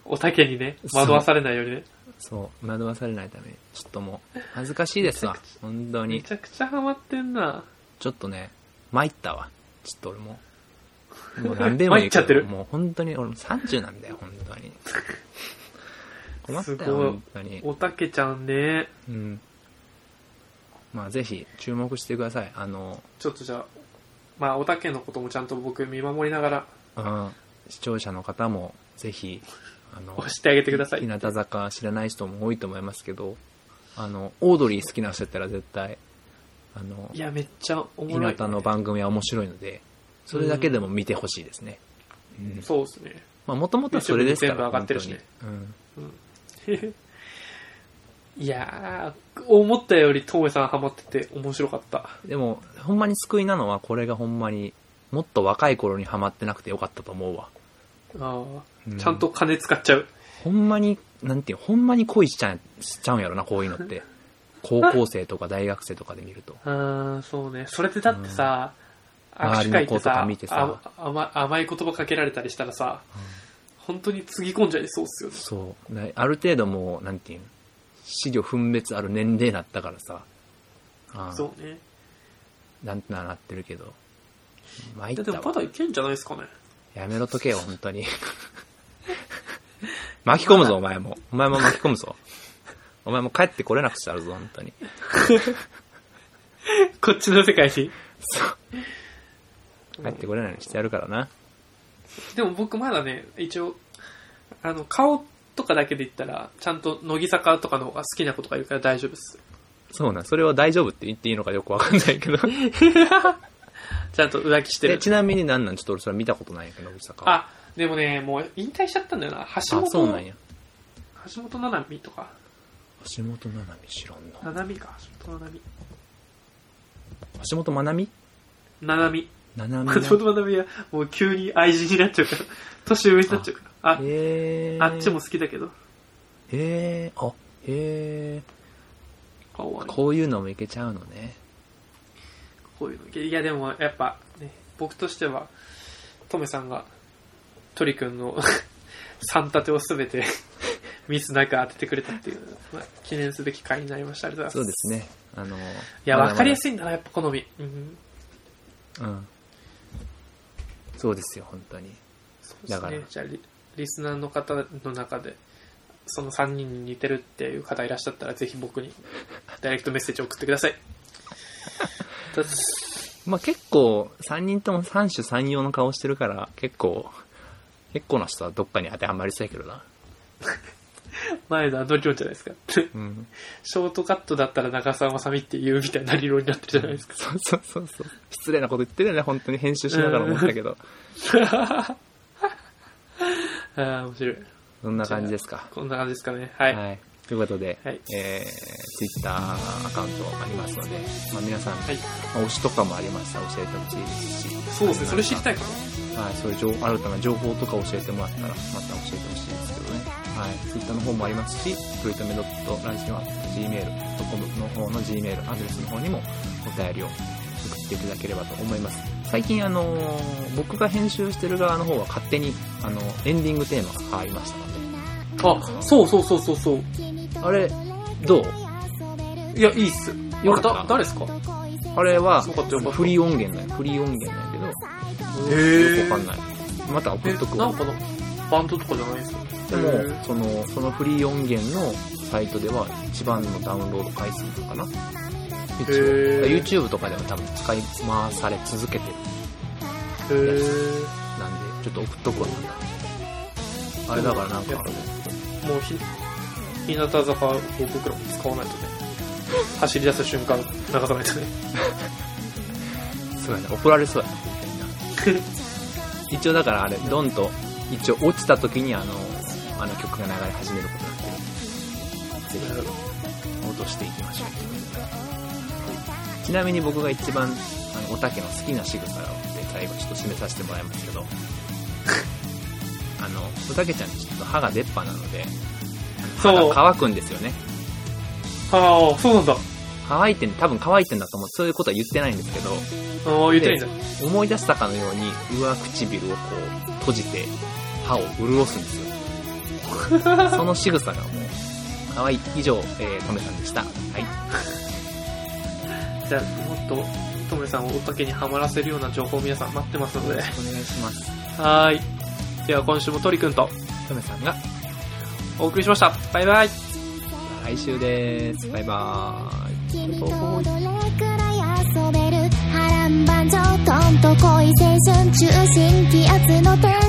Speaker 1: おたけにね、惑わされないようにね。
Speaker 2: そう、惑わされないために。ちょっともう、恥ずかしいですわ
Speaker 1: めちゃく。
Speaker 2: 本当
Speaker 1: め
Speaker 2: に。
Speaker 1: ちゃくちゃハマってんな。
Speaker 2: ちょっとね、参ったわ。ちょっと俺も。 もう何べも言
Speaker 1: 参っ
Speaker 2: うけど
Speaker 1: ちゃってる
Speaker 2: もう本当に、俺も30なんだよ、本当に。困った
Speaker 1: す
Speaker 2: よ、
Speaker 1: ごい
Speaker 2: 本当に。
Speaker 1: おたけちゃんね。
Speaker 2: うん。まあ、ぜひ、注目してください。あの、
Speaker 1: ちょっとじゃあ、まあ、おたけのこともちゃんと僕見守りながら
Speaker 2: うん、視聴者の方も、ぜひ、あの、
Speaker 1: 押してあげてください。
Speaker 2: 日向坂知らない人も多いと思いますけど、あの、オードリー好きな人やったら絶対、あの
Speaker 1: い、や、めっちゃお
Speaker 2: 日
Speaker 1: もろい。
Speaker 2: 向の番組は面白いので、それだけでも見てほしいですね。うん。
Speaker 1: そうですね。
Speaker 2: まあ、もともとはそれですから、
Speaker 1: YouTube に全部上がってるしね
Speaker 2: 本当に。うん。
Speaker 1: いやー、思ったより、トメさんハマってて面白かった。
Speaker 2: でも、ほんまに救いなのは、これがほんまに、もっと若い頃にハマってなくてよかったと思うわ。
Speaker 1: あ
Speaker 2: う
Speaker 1: ーちゃんと金使っちゃう。
Speaker 2: ほんまに、なんていう、ほんまに恋しちゃうしちゃうんやろな、こういうの って。高校生とか大学生とかで見ると。
Speaker 1: あーそうね。それってだってさ、
Speaker 2: うん
Speaker 1: 握手会行ってさ
Speaker 2: 周りの子とか見てさ
Speaker 1: あ甘甘い言葉かけられたりしたらさ、本当につぎ込んじゃいそうっすよね。
Speaker 2: そう。なある程度もう、なんていうん、資料分別ある年齢になったからさ。ああ
Speaker 1: そうね。
Speaker 2: なんてなってるけど。参っ
Speaker 1: いやで
Speaker 2: た
Speaker 1: も
Speaker 2: わ
Speaker 1: まだいけんじゃないですかね。
Speaker 2: やめろとけよ、本当に。 巻き込むぞ、お前も。お前も巻き込むぞ。お前も帰ってこれなくちゃあるぞ、本当に。
Speaker 1: こっちの世界に。
Speaker 2: 帰ってこれないようにしてやるからな。
Speaker 1: でも僕まだね、一応、あの、顔とかだけで言ったら、ちゃんと乃木坂とかの方が好きな子とかいるから大丈夫っす。
Speaker 2: そうなん、それは大丈夫って言っていいのかよくわかんないけど。
Speaker 1: ちゃんと浮気して
Speaker 2: で
Speaker 1: る。
Speaker 2: ちなみになんなんちょっと俺それ見たことないんやけど、大阪。
Speaker 1: あ、でもね、もう引退しちゃったんだよな。橋
Speaker 2: あ、
Speaker 1: 本、
Speaker 2: そうなんや。
Speaker 1: 橋本七海とか。
Speaker 2: 橋本七海知らんな。
Speaker 1: 七海か、橋本七海。
Speaker 2: 橋本まなみ
Speaker 1: 七海。
Speaker 2: 七海な。
Speaker 1: 橋本七海はもう急に愛人になっちゃうから、 年上になっちゃうから。あ、
Speaker 2: へー
Speaker 1: あっちも。好きだけど、
Speaker 2: へえ、あ、へえ。
Speaker 1: 顔はね、
Speaker 2: こういうのもいけちゃうのね。
Speaker 1: こういうの。いやでもやっぱね、僕としては、トメさんが、トリ君の 三立てをすべて ミスなく当ててくれたっていう、まあ、記念すべき回になりました。ありがとう
Speaker 2: そう
Speaker 1: ござい
Speaker 2: で
Speaker 1: ます。
Speaker 2: すね。あの、い
Speaker 1: いや、わかりや
Speaker 2: い。
Speaker 1: すいんだな、やっぱ好み。うん。
Speaker 2: うん。そうですよ、本当に。
Speaker 1: そうで
Speaker 2: だ
Speaker 1: す
Speaker 2: から
Speaker 1: ね。じゃあリ、リスナーの方の中で、その3人に似てるっていう方いらっしゃったら、ぜひ僕にダイレクトメッセージを送ってくだ さい。だって
Speaker 2: まあ結構、三人とも三種三様の顔してるから、結構、結構な人はどっかに当てはまりそうやけどな。
Speaker 1: 前のあの量じゃないですか。
Speaker 2: うん。
Speaker 1: ショートカットだったら中澤まさみって言うみたいな理論になってるじゃないですか。
Speaker 2: そうそうそうそう。失礼なこと言ってるよね、本当に編集しながら思っ たけど。
Speaker 1: ああ、面白い。
Speaker 2: そんな感じですか。
Speaker 1: こんな感じですかね。はい。はい。
Speaker 2: はい。ということで、
Speaker 1: はい
Speaker 2: えー、Twitter アカウントありますので、まあ、皆さん、まあ推しとかもありましたら教えてほしいですし、
Speaker 1: そうですね。それ知りた
Speaker 2: い。
Speaker 1: いかも。
Speaker 2: はい、そういう情報、新たな情報とか教えてもらったら、また教えてほしいですけどね。はい、Twitter の方もありますし、トリートメドットラジオ Gmail.com の方の Gmail アドレスの方にもお便りを送っていただければと思います。最近、あのー僕が編集してる側の方は勝手に、あの、エンディングテーマが変わりましたので、
Speaker 1: あ、そうそうそうそうそう。
Speaker 2: あれ、どう
Speaker 1: いや、いいっす。
Speaker 2: よかった
Speaker 1: だ誰ですか
Speaker 2: あれは
Speaker 1: よかったよかった
Speaker 2: フリー音源なんやフリー音源なんやけど
Speaker 1: へ
Speaker 2: よくわ
Speaker 1: え
Speaker 2: かんないまた送っとく
Speaker 1: なん
Speaker 2: わ
Speaker 1: かのバンドとかじゃないんですか
Speaker 2: でもそのそのフリー音源のサイトでは一番のダウンロード回数かな
Speaker 1: へ
Speaker 2: 一応
Speaker 1: ー
Speaker 2: YouTube とかでは多分使い回され続けて
Speaker 1: へえ
Speaker 2: るなんでちょっと送っとくわあれだからなんか
Speaker 1: もうひ日向坂を僕らも使わないとね走り出す瞬間流さないとね
Speaker 2: そうやね怒られそうやなみたいな一応だからあれドンと一応落ちた時にあのあの曲が流れ始めることになってる落としていきましょうちなみに僕が一番あのおたけの好きな仕草で最後ちょっと締めさせてもらいますけどあのおたけちゃんちょっと歯が出っ歯なので歯
Speaker 1: そう
Speaker 2: が
Speaker 1: あ
Speaker 2: 乾くんですよね
Speaker 1: あそうなんだ
Speaker 2: 乾いてん多分乾いてんだと思うそういうことは言ってないんですけど
Speaker 1: ああ言ってないんだ
Speaker 2: 思い出したかのように上唇をこう閉じて歯を潤すん ですよその仕草がもう可愛い以上、えー、トメさんでしたはい
Speaker 1: じゃあもっとトメさんをおたけにはまらせるような情報を皆さん待ってますの
Speaker 2: よろ
Speaker 1: で
Speaker 2: しくお願いします
Speaker 1: はーいでは今週もトリくんと
Speaker 2: トメさんが
Speaker 1: お送りしましたバイバイ
Speaker 2: 来週ですバイバーイ
Speaker 3: 君とどれくらい遊べる波乱万丈トンと恋青春中心気圧の天